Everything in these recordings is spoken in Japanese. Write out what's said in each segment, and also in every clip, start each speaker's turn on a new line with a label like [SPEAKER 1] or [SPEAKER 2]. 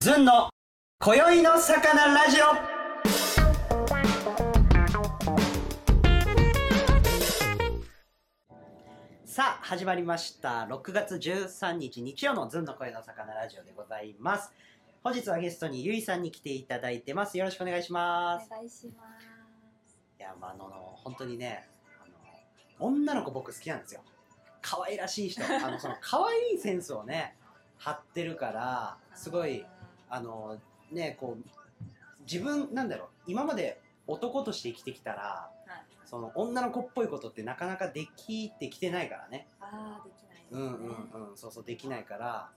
[SPEAKER 1] ずんの今宵の魚ラジオさあ始まりました6月13日日曜のずんの声の魚ラジオでございます本日はゲストにゆいさんに来ていただいてますよろしくお願いし
[SPEAKER 2] お
[SPEAKER 1] ます
[SPEAKER 2] 願いします。
[SPEAKER 1] いやまああの本当にねあの女の子僕好きなんですよ可愛らしい人あのその可愛いセンスをね張ってるからすごいあのねこう自分なんだろう今まで男として生きてきたら
[SPEAKER 2] はい。
[SPEAKER 1] その女の子っぽいことってなかなかできてきてないからね
[SPEAKER 2] ああできないですね。
[SPEAKER 1] うんうんうんそうそうできないから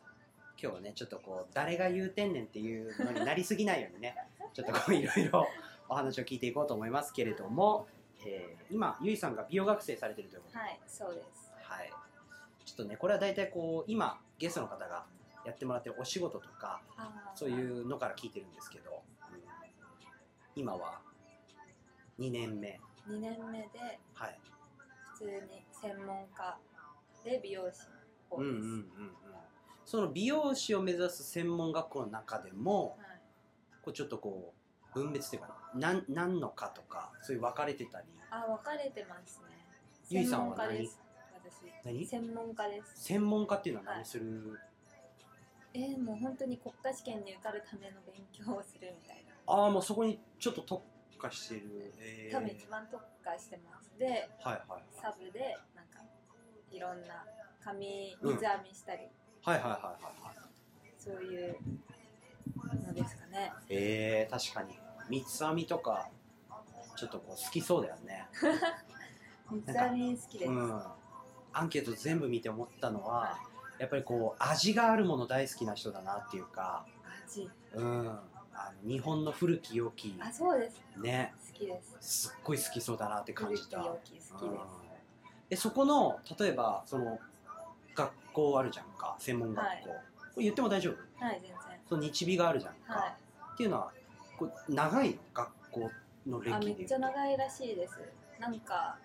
[SPEAKER 1] 今日はねちょっとこう誰が言うてんねんっていうのになりすぎないように ねちょっとこういろいろお話を聞いていこうと思いますけれども、えー今ゆいさんが美容学生されてるということで、
[SPEAKER 2] はい、そうです。
[SPEAKER 1] はい、ちょっとねこれは大体こう今ゲストの方がやってもらってるお仕事とか
[SPEAKER 2] あー
[SPEAKER 1] そういうのから聞いてるんですけど、うん今は2年目
[SPEAKER 2] 二年目で
[SPEAKER 1] はい
[SPEAKER 2] 普通に専門家で美容師の方
[SPEAKER 1] うん
[SPEAKER 2] で
[SPEAKER 1] う
[SPEAKER 2] す。
[SPEAKER 1] んうんうんその美容師を目指す専門学校の中でも、
[SPEAKER 2] はい。
[SPEAKER 1] こうちょっとこう分別というかなん何のかとかそういう分かれてたり
[SPEAKER 2] あー分かれてますね。
[SPEAKER 1] ゆいさんは
[SPEAKER 2] 専門
[SPEAKER 1] 何
[SPEAKER 2] 家です。私。
[SPEAKER 1] 何
[SPEAKER 2] 専門家です。
[SPEAKER 1] 専門家っていうのは何する、
[SPEAKER 2] えー、もう本当に国家試験に受かるための勉強をするみたいな。
[SPEAKER 1] ああもうそこにちょっと特化してる、えー
[SPEAKER 2] 多分一番特化してます。で、
[SPEAKER 1] はいはい
[SPEAKER 2] サブでなんかいろんな髪水編みしたり、
[SPEAKER 1] はいはいはいはいはい
[SPEAKER 2] そういうのですかね。
[SPEAKER 1] えー、確かに三つ編みとかちょっとこう好きそうだよね、
[SPEAKER 2] 三つ編み好きです。
[SPEAKER 1] うん、アンケート全部見て思ったのは
[SPEAKER 2] は
[SPEAKER 1] やっぱりこう味があるもの大好きな人だなっていうか、
[SPEAKER 2] 味
[SPEAKER 1] うん、あの日本の古き良き
[SPEAKER 2] あそうです
[SPEAKER 1] ね
[SPEAKER 2] 好きです
[SPEAKER 1] すっごい好きそうだなって感じた。
[SPEAKER 2] 古き良き好きで
[SPEAKER 1] えそこの例えばその学校あるじゃんか専門学校、これ言っても大丈夫
[SPEAKER 2] すはい全然
[SPEAKER 1] その日美があるじゃんか、
[SPEAKER 2] は
[SPEAKER 1] っていうのはこう長いの学校の
[SPEAKER 2] い
[SPEAKER 1] 歴
[SPEAKER 2] あめ
[SPEAKER 1] で
[SPEAKER 2] っちゃ長いらしいですなんか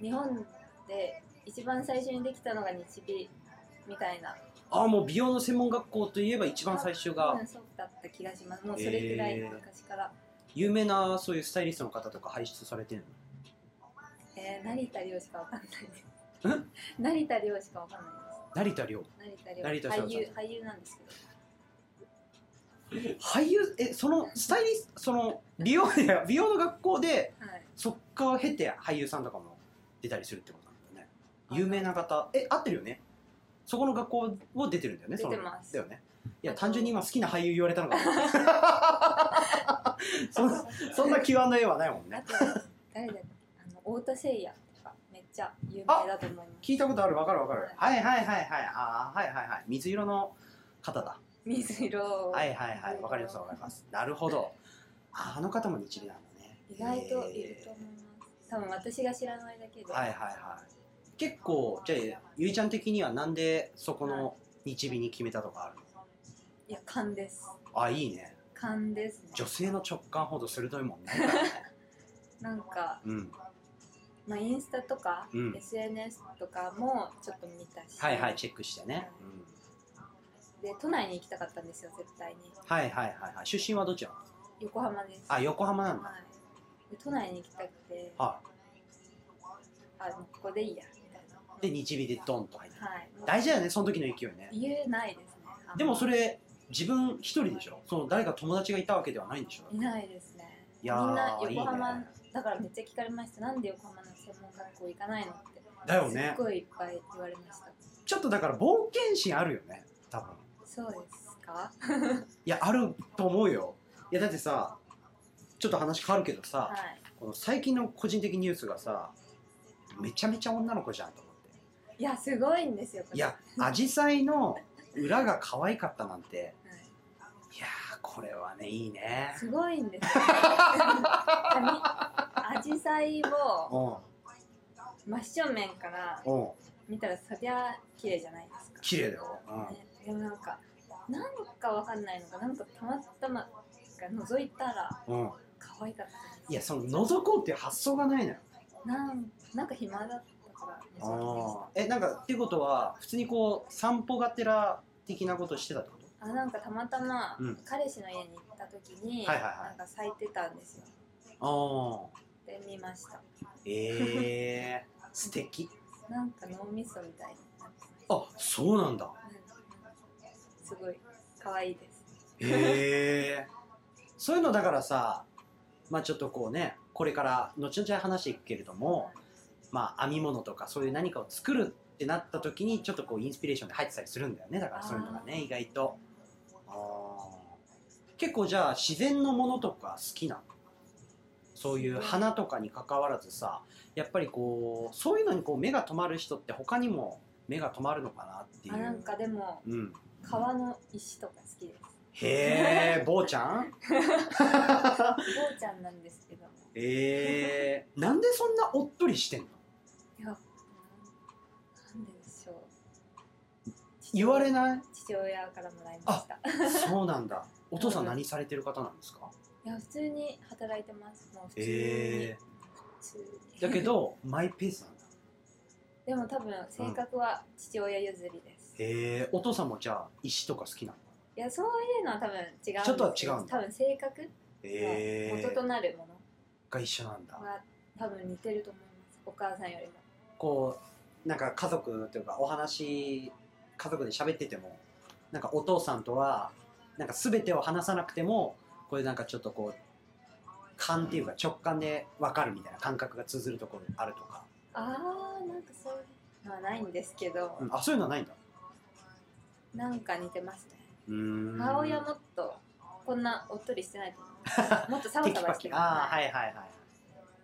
[SPEAKER 2] 日本で一番最初にできたのが日美みたいな
[SPEAKER 1] あもう美容の専門学校といえば一番最初
[SPEAKER 2] 多
[SPEAKER 1] が
[SPEAKER 2] 分そうだった気がしますもうそれくらい昔から、
[SPEAKER 1] 有名なそういうスタイリストの方とか輩出されてる
[SPEAKER 2] えー成田凌しかわかんないです
[SPEAKER 1] の
[SPEAKER 2] 成田凌しかわかんない
[SPEAKER 1] 成田凌
[SPEAKER 2] です成
[SPEAKER 1] 成田
[SPEAKER 2] 田
[SPEAKER 1] 凌
[SPEAKER 2] 凌俳優俳優なんですけど
[SPEAKER 1] 俳優えそのスタイリストその美容いや美容の学校で
[SPEAKER 2] はい
[SPEAKER 1] そっから経て俳優さんとかも出たりするってことなんだよね有名 な方え合ってるよねそこの学校を出てるんだよねその
[SPEAKER 2] 出てます
[SPEAKER 1] だよねいや単純に今好きな俳優言われた のかなそんそんな極んだ絵はないもん
[SPEAKER 2] あ
[SPEAKER 1] ね
[SPEAKER 2] とは誰だっけあの太田誠也とかめっちゃ有名だと思います
[SPEAKER 1] 聞いたことあるわかるわかるはいはいはいはいあーはいはいはい水色の方だ
[SPEAKER 2] 水色
[SPEAKER 1] はいはいはいわかりますわかりますなるほどああの方も日理なんだね
[SPEAKER 2] 意外といる
[SPEAKER 1] え
[SPEAKER 2] と思います多分私が知らないだけ
[SPEAKER 1] ー
[SPEAKER 2] で、
[SPEAKER 1] はいはいはい結構じゃあゆいちゃん的にはなんでそこの日美に決めたとかあるの
[SPEAKER 2] いや勘です
[SPEAKER 1] あいいね
[SPEAKER 2] 勘ですね
[SPEAKER 1] 女性の直感ほど鋭いもんね
[SPEAKER 2] なんか、
[SPEAKER 1] うん
[SPEAKER 2] まあ、インスタとか、
[SPEAKER 1] うん
[SPEAKER 2] SNS とかもちょっと見たし、
[SPEAKER 1] はいはいチェックしてね、うん、
[SPEAKER 2] で都内に行きたかったんですよ絶対に
[SPEAKER 1] はいはいはいはい出身はどちらなんですか
[SPEAKER 2] 横浜です
[SPEAKER 1] あ横浜なんだ
[SPEAKER 2] はい、で都内に行きたくてあ
[SPEAKER 1] は
[SPEAKER 2] もうここでいいやみたいない
[SPEAKER 1] で日美でドンと入った
[SPEAKER 2] はいもう
[SPEAKER 1] 大事だよねその時の勢いね
[SPEAKER 2] 理由ないですねあんま
[SPEAKER 1] でもそれ自分一人でしょその誰か友達がいたわけではないんでしょ
[SPEAKER 2] いないですね
[SPEAKER 1] いやー
[SPEAKER 2] みんな横浜
[SPEAKER 1] いいね
[SPEAKER 2] だからめっちゃ聞かれましたなんで横浜の専門学校行かないのって
[SPEAKER 1] だよね
[SPEAKER 2] すっごいいっぱい言われました
[SPEAKER 1] ちょっとだから冒険心あるよね多分
[SPEAKER 2] そうですか
[SPEAKER 1] いやあると思うよいやだってさちょっと話変わるけどさ、
[SPEAKER 2] はい
[SPEAKER 1] この最近の個人的ニュースがさめちゃめちゃ女の子じゃんと思って
[SPEAKER 2] いやすごいんですよこれ
[SPEAKER 1] いや、アジサイの裏が可愛かったなんて、いやー、これはね、いいね
[SPEAKER 2] はい。すごいんですよアジサイを
[SPEAKER 1] うん、
[SPEAKER 2] 真正面から
[SPEAKER 1] うん、
[SPEAKER 2] 見たらそりゃ綺麗じゃないですか、
[SPEAKER 1] 綺麗だよ。
[SPEAKER 2] ね、でもなんかなんかわかんないのかなんかたまたまなんか覗いたら
[SPEAKER 1] うん、うん。
[SPEAKER 2] 可愛かった
[SPEAKER 1] い
[SPEAKER 2] で
[SPEAKER 1] や、
[SPEAKER 2] す
[SPEAKER 1] その、覗こうっていう発想がないのよ。
[SPEAKER 2] なんなんか暇だったから覗きました
[SPEAKER 1] あーえ、なんか、ってことは、普通にこう、散歩がてら的なことしてたってこと
[SPEAKER 2] ああなんかたまたま
[SPEAKER 1] うん
[SPEAKER 2] 彼氏の家に行った時に、
[SPEAKER 1] はいはいはい
[SPEAKER 2] なんか咲いてたんですよ
[SPEAKER 1] ああ
[SPEAKER 2] で見ました
[SPEAKER 1] ええー、素敵
[SPEAKER 2] なんか脳みそみたいになってます
[SPEAKER 1] あそうなんだ
[SPEAKER 2] うんすごい可愛いです
[SPEAKER 1] へえ そういうのだからさまあちょっとこうねこれから後々話していくけれどもまあ編み物とかそういう何かを作るってなった時にちょっとこうインスピレーションで入ってたりするんだよねだからそういうのがね意外とあー結構じゃあ自然のものとか好きなのそういう花とかに関わらずさやっぱりこうそういうのにこう目が止まる人って他にも目が止まるのかなってい
[SPEAKER 2] あな、
[SPEAKER 1] うん
[SPEAKER 2] かでも
[SPEAKER 1] うん、
[SPEAKER 2] 川の石とか好きです
[SPEAKER 1] へえ坊ちゃん
[SPEAKER 2] お坊ちゃんなんですけど
[SPEAKER 1] えー、なんでそんなおっとりしてんの
[SPEAKER 2] いやなんなんででしょう
[SPEAKER 1] 言われない
[SPEAKER 2] 父親からもらいました
[SPEAKER 1] そうなんだお父さん何されてる方なんですか
[SPEAKER 2] いや普通に働いてますもう普通に、
[SPEAKER 1] え
[SPEAKER 2] 普通に
[SPEAKER 1] ー、だけどマイペースなんだ
[SPEAKER 2] でも多分性格は父親譲りです、
[SPEAKER 1] えー、お父さんもじゃあ石とか好きなの
[SPEAKER 2] いやそういうのは多分違うんですけど
[SPEAKER 1] ちょっとは違うんだ
[SPEAKER 2] 多分性格
[SPEAKER 1] え
[SPEAKER 2] の元と
[SPEAKER 1] ー、
[SPEAKER 2] なるも
[SPEAKER 1] が一緒なんだ
[SPEAKER 2] のが多分似てると思いますお母さんよりも
[SPEAKER 1] こうなんか家族というかお話家族で喋っててもなんかお父さんとはなんか全てを話さなくてもこういうなんかちょっとこう勘っていうか直感で分かるみたいな感覚が通ずるところあるとか、
[SPEAKER 2] あーなんかそういうのはないんですけど
[SPEAKER 1] う、ん、あそういうのはないんだ
[SPEAKER 2] なんか似てますね
[SPEAKER 1] うーん
[SPEAKER 2] 母親もっとこんなおっとりしてないと思いますもっとサバサバしてます
[SPEAKER 1] ああはいはいはい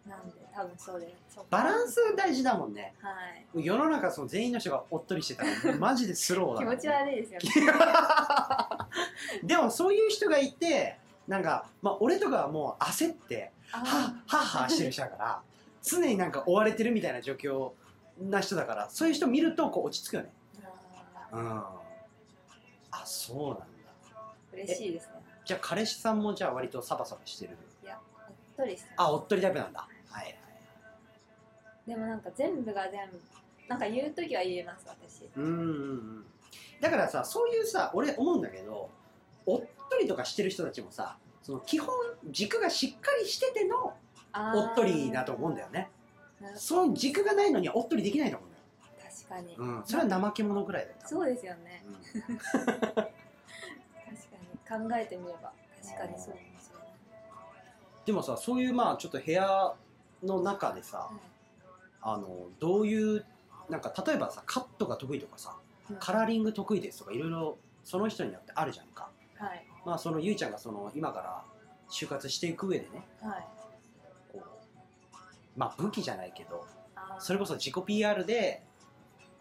[SPEAKER 2] なんで多分そうですそう
[SPEAKER 1] バランス大事だもんね
[SPEAKER 2] はい
[SPEAKER 1] 世の中その全員の人がおっとりしてたらマジでスローだ
[SPEAKER 2] 気
[SPEAKER 1] から
[SPEAKER 2] 持
[SPEAKER 1] ね
[SPEAKER 2] ち悪いですよね
[SPEAKER 1] でもそういう人がいてなんか、まあ、俺とかはもう焦っては
[SPEAKER 2] あ
[SPEAKER 1] っはっはしてる人だから常になんか追われてるみたいな状況な人だからそういう人見るとこう落ち着くよね
[SPEAKER 2] ーあ
[SPEAKER 1] うんあそうなんだ
[SPEAKER 2] ー嬉しいですね
[SPEAKER 1] じゃあ彼氏さんもじゃあ割とサバサバしてる
[SPEAKER 2] おっとりしてます
[SPEAKER 1] あおっとりタイプなんだはいはい
[SPEAKER 2] でもなんか全部が全部なんか言う時は言えます私
[SPEAKER 1] うんうんうんだからさそういうさ俺思うんだけどおっとりとかしてる人たちもさその基本軸がしっかりしてての
[SPEAKER 2] あー
[SPEAKER 1] おっとりだと思うんだよね
[SPEAKER 2] なるほ
[SPEAKER 1] そういう軸がないのにはおっとりできないと思うんだよ
[SPEAKER 2] ど確かに、
[SPEAKER 1] うん、それは怠け者ぐらいだよ多分
[SPEAKER 2] そうですよね
[SPEAKER 1] うん
[SPEAKER 2] 確かに考えてみれば確かにそうかもしれない、
[SPEAKER 1] でもさそういうまあちょっと部屋の中でさあのどういうなんか例えばさカットが得意とかさ
[SPEAKER 2] うん
[SPEAKER 1] カラーリング得意ですとかいろいろその人によってあるじゃんか
[SPEAKER 2] はい
[SPEAKER 1] まあそのゆいちゃんがその今から就活していく上でね
[SPEAKER 2] はい
[SPEAKER 1] こうまあ武器じゃないけど
[SPEAKER 2] あー
[SPEAKER 1] それこそ自己 PR で、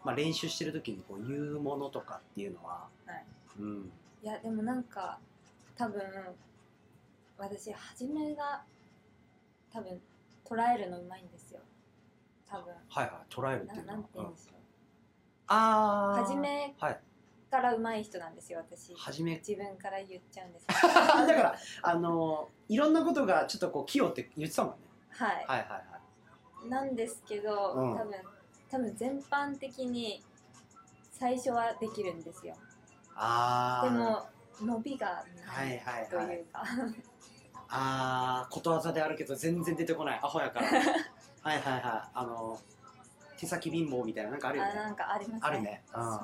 [SPEAKER 1] まあ、練習してる時にこう言うものとかっていうのは、
[SPEAKER 2] はい
[SPEAKER 1] うん、
[SPEAKER 2] いやでもなんか多分私初めが多分捉えるのうまいんですよ多分
[SPEAKER 1] はいはい捉えるって
[SPEAKER 2] な
[SPEAKER 1] いうの
[SPEAKER 2] なんて言
[SPEAKER 1] は、う
[SPEAKER 2] う
[SPEAKER 1] んん
[SPEAKER 2] でしょう
[SPEAKER 1] ああ
[SPEAKER 2] 初め
[SPEAKER 1] はい
[SPEAKER 2] からうまい人なんですよ私
[SPEAKER 1] 初め
[SPEAKER 2] 自分から言っちゃうんです
[SPEAKER 1] だからあのいろんなことがちょっとこう器用って言ってたもんね
[SPEAKER 2] はい
[SPEAKER 1] はいはいはい
[SPEAKER 2] なんですけど、
[SPEAKER 1] うん
[SPEAKER 2] 多分多分全般的に最初はできるんですよ
[SPEAKER 1] ああ
[SPEAKER 2] でも伸びが
[SPEAKER 1] は
[SPEAKER 2] ないい
[SPEAKER 1] はい
[SPEAKER 2] と
[SPEAKER 1] はい
[SPEAKER 2] いうか、
[SPEAKER 1] ああことわざであるけど全然出てこないアホや からはいはいはいあの手先貧乏みたいななんかあるよね
[SPEAKER 2] あなんかありますね
[SPEAKER 1] あるねうん
[SPEAKER 2] そ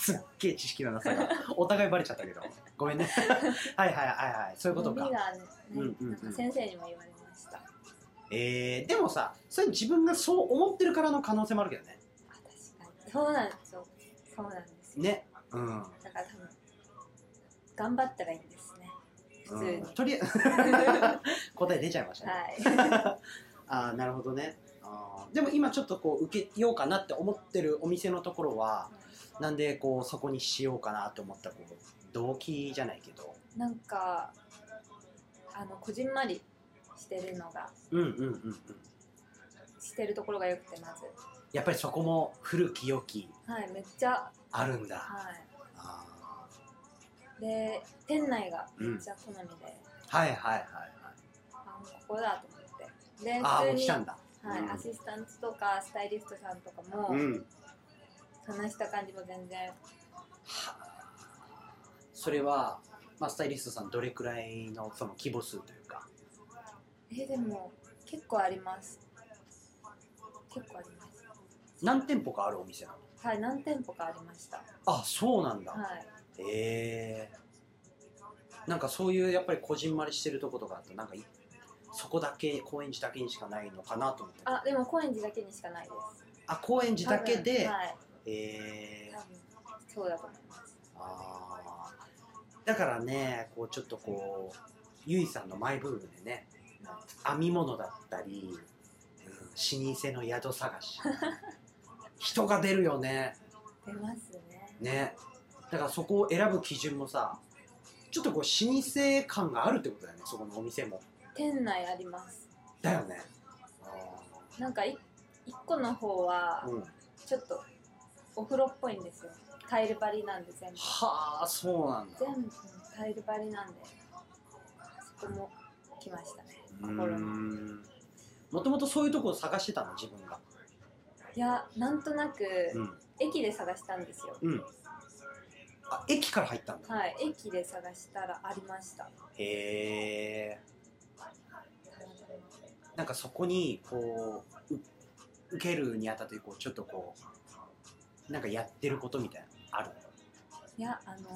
[SPEAKER 2] う
[SPEAKER 1] すっげえ知識のなさがお互いバレちゃったけどごめ んねはいはいはいはいそういうこと
[SPEAKER 2] 伸びが
[SPEAKER 1] か
[SPEAKER 2] ね、
[SPEAKER 1] うんうんうん
[SPEAKER 2] なんか先生にも言われましたあ
[SPEAKER 1] えー、でもさそれ自分がそう思ってるからの可能性もあるけどね
[SPEAKER 2] 確かにそうなんですよそうなんですよ、
[SPEAKER 1] ねうん、
[SPEAKER 2] だから多分頑張ったらいいんですね普通に、
[SPEAKER 1] うん、とりあえず 答え出ちゃいましたね、
[SPEAKER 2] はい
[SPEAKER 1] ああなるほどねあーでも今ちょっとこう受けようかなって思ってるお店のところはなんでこうそこにしようかなと思ったこう動機じゃないけど
[SPEAKER 2] なんかあのこじんまりしてるのが
[SPEAKER 1] うんうんうんうん
[SPEAKER 2] してるところがよくてまず
[SPEAKER 1] やっぱりそこも古き良き
[SPEAKER 2] はいめっちゃ
[SPEAKER 1] あるんだ
[SPEAKER 2] は
[SPEAKER 1] あ
[SPEAKER 2] いで店内が
[SPEAKER 1] ー、うん
[SPEAKER 2] めっ、ちゃ好みで、
[SPEAKER 1] はいはいはいはい
[SPEAKER 2] あもうここだと思ってで
[SPEAKER 1] ああもう
[SPEAKER 2] 普
[SPEAKER 1] 来
[SPEAKER 2] 通
[SPEAKER 1] た
[SPEAKER 2] に
[SPEAKER 1] ん、だ
[SPEAKER 2] はい
[SPEAKER 1] うん
[SPEAKER 2] アシスタントとかスタイリストさんとかも、
[SPEAKER 1] うん
[SPEAKER 2] 話した感じも全然
[SPEAKER 1] はあそれは、まあ、スタイリストさんどれくらいのその規模数というか
[SPEAKER 2] えでも結構あります結構あります
[SPEAKER 1] 何店舗かあるお店なの
[SPEAKER 2] はい何店舗かありました
[SPEAKER 1] あそうなんだ、
[SPEAKER 2] はい
[SPEAKER 1] えー、なんかそういうやっぱりこじんまりしてるとことかあってなんかいそこだけ高円寺だけにしかないのかなと思って
[SPEAKER 2] あでも高円寺だけにしかないです
[SPEAKER 1] あ高円寺だけで、
[SPEAKER 2] 多分はい
[SPEAKER 1] えー
[SPEAKER 2] 多分そうだと思います
[SPEAKER 1] あーだからねこうちょっとこうゆいさんのマイブームでね編み物だったり、うん、老舗の宿探 し人が出るよね
[SPEAKER 2] 出ますね
[SPEAKER 1] ねだからそこを選ぶ基準もさちょっとこう老舗感があるってことだよねそこのお店も
[SPEAKER 2] 店内あります
[SPEAKER 1] だよね
[SPEAKER 2] なんかい一個の方は
[SPEAKER 1] うん
[SPEAKER 2] ちょっとお風呂っぽいんですよタイル張りなんで全部
[SPEAKER 1] はあそうなんだ
[SPEAKER 2] 全部タイル張りなんでそこも来ましたね
[SPEAKER 1] うー
[SPEAKER 2] 心の
[SPEAKER 1] んもともとそういうとこを探してたの自分が
[SPEAKER 2] いやなんとなく
[SPEAKER 1] うん
[SPEAKER 2] 駅で探したんですよ
[SPEAKER 1] うんあ駅から入ったんだ
[SPEAKER 2] はい駅で探したらありました
[SPEAKER 1] へえなんかそこにこうう受けるにあたってこうちょっとこうなんかやってることみたいなのある
[SPEAKER 2] いやあの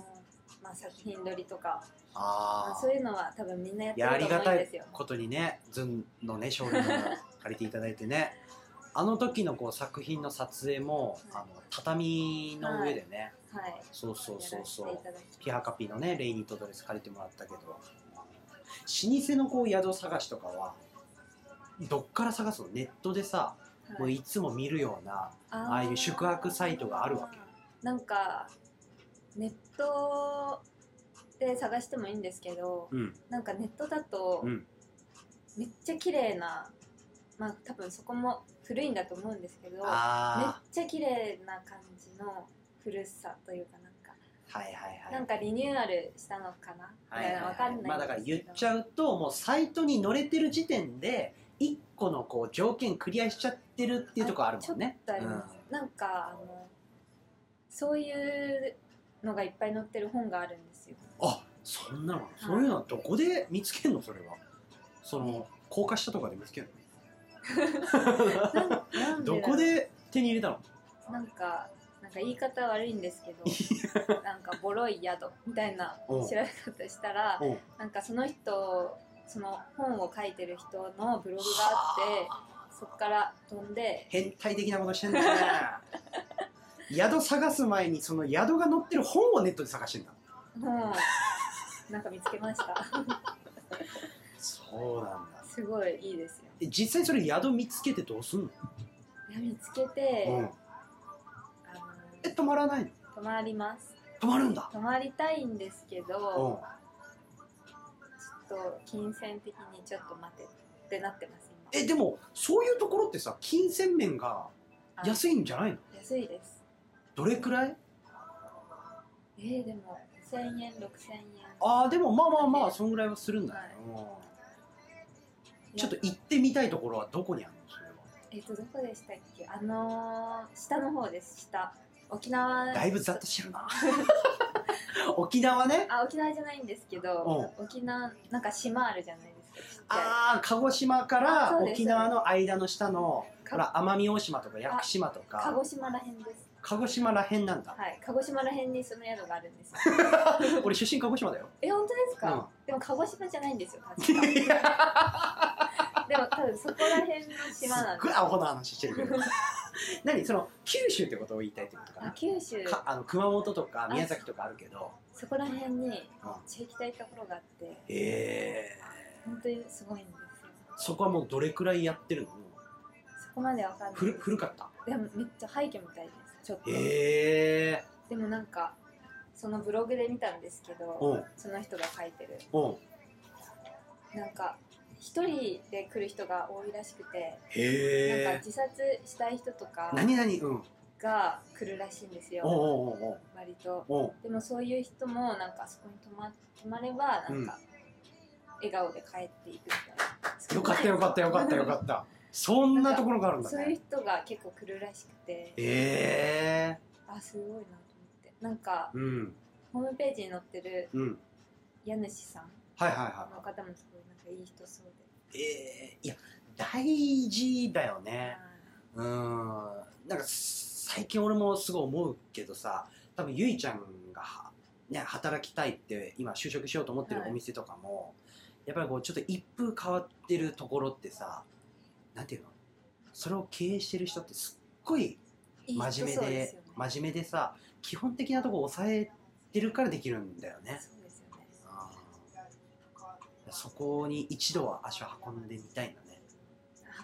[SPEAKER 2] まあ作品撮りとかまあ
[SPEAKER 1] あ
[SPEAKER 2] そういうのは多分みんなやっ
[SPEAKER 1] い
[SPEAKER 2] て
[SPEAKER 1] やあ
[SPEAKER 2] る
[SPEAKER 1] り
[SPEAKER 2] と
[SPEAKER 1] が
[SPEAKER 2] 思う
[SPEAKER 1] た
[SPEAKER 2] んで
[SPEAKER 1] い
[SPEAKER 2] すよ
[SPEAKER 1] ことにねずんのね少年を借りていただいてねあの時のこう作品の撮影も、
[SPEAKER 2] はい
[SPEAKER 1] あの畳の上でね、
[SPEAKER 2] はい
[SPEAKER 1] そうそうそうそ
[SPEAKER 2] や
[SPEAKER 1] う
[SPEAKER 2] らせていただき
[SPEAKER 1] ピハカピのねレイニットドレス借りてもらったけど老舗のこう宿探しとかはどっから探すのネットでさもういつも見るような
[SPEAKER 2] あ
[SPEAKER 1] ああいう宿泊サイトがあるわけ
[SPEAKER 2] けなんかネットで探してもいいんですけど
[SPEAKER 1] うん
[SPEAKER 2] なんかネットだと
[SPEAKER 1] うん
[SPEAKER 2] めっちゃ綺麗なまあ多分そこも古いんだと思うんですけどめっ
[SPEAKER 1] あ
[SPEAKER 2] ちゃ綺麗な感じの古さというかなんか
[SPEAKER 1] あはいはいは
[SPEAKER 2] ないんかリニューアルしたのかな、
[SPEAKER 1] はいはい
[SPEAKER 2] わかんないんですけど
[SPEAKER 1] まあだから言っちゃうともうサイトに乗れてる時点で一個のこう条件クリアしちゃってるっていうところあるもんね
[SPEAKER 2] ちょっとあります、なんかあのそういうのがいっぱい載ってる本があるんですよ
[SPEAKER 1] あそんなのそういうのはどこで見つけんのそれはその高架下とかで見つける
[SPEAKER 2] なん
[SPEAKER 1] の
[SPEAKER 2] なんだ
[SPEAKER 1] ど
[SPEAKER 2] ろう
[SPEAKER 1] こで手に入れたの
[SPEAKER 2] なんかなんか言い方悪いんですけどなんかボロい宿みたいな
[SPEAKER 1] うん
[SPEAKER 2] 調べ方したら
[SPEAKER 1] うん
[SPEAKER 2] なんかその人その本を書いてる人のブログがあってそこから飛んで
[SPEAKER 1] 変態的なことしてんだね 宿探す前にその宿が載ってる本をネットで探してんだ
[SPEAKER 2] もうなんか見つけました
[SPEAKER 1] そうなんだ
[SPEAKER 2] すごいいいですよ
[SPEAKER 1] え実際それ宿見つけてどうすんの、
[SPEAKER 2] いや見つけて、
[SPEAKER 1] うん、
[SPEAKER 2] あの
[SPEAKER 1] え止まらないの
[SPEAKER 2] 泊まります
[SPEAKER 1] 止まるんだ
[SPEAKER 2] 泊まりたいんですけ
[SPEAKER 1] う
[SPEAKER 2] ど
[SPEAKER 1] ん
[SPEAKER 2] ちょっと金銭的にちょっと待てってなってます
[SPEAKER 1] えでもそういうところってさ金銭面が
[SPEAKER 2] 今
[SPEAKER 1] 安いんじゃないの
[SPEAKER 2] あ安いです
[SPEAKER 1] どれくらい
[SPEAKER 2] えー、でも1000円6000円
[SPEAKER 1] ああでもまあまあまあそんぐらいはするんだね、うんちょっと行ってみたいところはどこにあるのそれは
[SPEAKER 2] えっ、とどこでしたっけあのー、下の方です下沖縄
[SPEAKER 1] だいぶざっとしてる な沖縄ね
[SPEAKER 2] あ沖縄じゃないんですけど沖縄なんか島あるじゃないですかちっちゃ
[SPEAKER 1] ああ鹿児島か
[SPEAKER 2] あ
[SPEAKER 1] ら
[SPEAKER 2] そうです
[SPEAKER 1] 沖縄の間の下の
[SPEAKER 2] か
[SPEAKER 1] ほら奄美大島とか屋久島と
[SPEAKER 2] い鹿
[SPEAKER 1] か
[SPEAKER 2] 児島らへんです
[SPEAKER 1] 鹿児島らへん なんだ、
[SPEAKER 2] はい鹿児島らへんにその宿があるんですよ
[SPEAKER 1] 俺出身鹿児島だよ
[SPEAKER 2] え本当ですか、でも鹿児島じゃないんですよ確かでも多分そこらへんの島な
[SPEAKER 1] すっ
[SPEAKER 2] んです
[SPEAKER 1] ごいアホな話してる けど何その九州ってことを言いたいってことか
[SPEAKER 2] あ
[SPEAKER 1] な
[SPEAKER 2] 九州
[SPEAKER 1] かあの熊本とか宮崎とかあるけど
[SPEAKER 2] そこら辺にめっ
[SPEAKER 1] うん
[SPEAKER 2] ちゃ行きたいところがあって
[SPEAKER 1] ええ
[SPEAKER 2] 本当にすごいんですよ
[SPEAKER 1] そこはもうどれくらいやってるの
[SPEAKER 2] そこまでわかんない
[SPEAKER 1] 古古かった
[SPEAKER 2] でもめっちゃ廃墟みたいですちょっと、
[SPEAKER 1] へえ
[SPEAKER 2] でもなんかそのブログで見たんですけど
[SPEAKER 1] うん
[SPEAKER 2] その人が書いてる
[SPEAKER 1] うん
[SPEAKER 2] なんか一人で来る人が多いらしくて、なんか
[SPEAKER 1] へえ
[SPEAKER 2] 自殺したい人とか
[SPEAKER 1] 何何うん
[SPEAKER 2] が来るらしいんです
[SPEAKER 1] お
[SPEAKER 2] よ
[SPEAKER 1] うおうおう
[SPEAKER 2] 割と
[SPEAKER 1] おうおう
[SPEAKER 2] でもそういう人もなんかそこに泊ま泊まればなんか笑顔で帰っていくみたいな
[SPEAKER 1] よかったよかったよかったよかったそんなところがあるんだ
[SPEAKER 2] そういう
[SPEAKER 1] ね
[SPEAKER 2] 人が結構来るらしくて
[SPEAKER 1] へえ
[SPEAKER 2] あすごいなと思ってなんか
[SPEAKER 1] うん
[SPEAKER 2] ホームページに載ってる
[SPEAKER 1] うん
[SPEAKER 2] 家主さん
[SPEAKER 1] はいはいは
[SPEAKER 2] の方もすごいなんかいい人そうで、
[SPEAKER 1] いえー、いや大事だよねうーんなんか最近俺もすごい思うけどさ多分ゆいちゃんが、はね、働きたいって今就職しようと思ってる
[SPEAKER 2] はい
[SPEAKER 1] お店とかも、やっぱりこうちょっと一風変わってるところってさなんていうのそれを経営してる人ってすっごい
[SPEAKER 2] いい人
[SPEAKER 1] 真面
[SPEAKER 2] そ
[SPEAKER 1] 目
[SPEAKER 2] う
[SPEAKER 1] で
[SPEAKER 2] ですよね
[SPEAKER 1] 真面目でさ基本的なとこ抑えてるからできるんだよね
[SPEAKER 2] そうですよね
[SPEAKER 1] あーそこに一度は足を運んでみたいんだね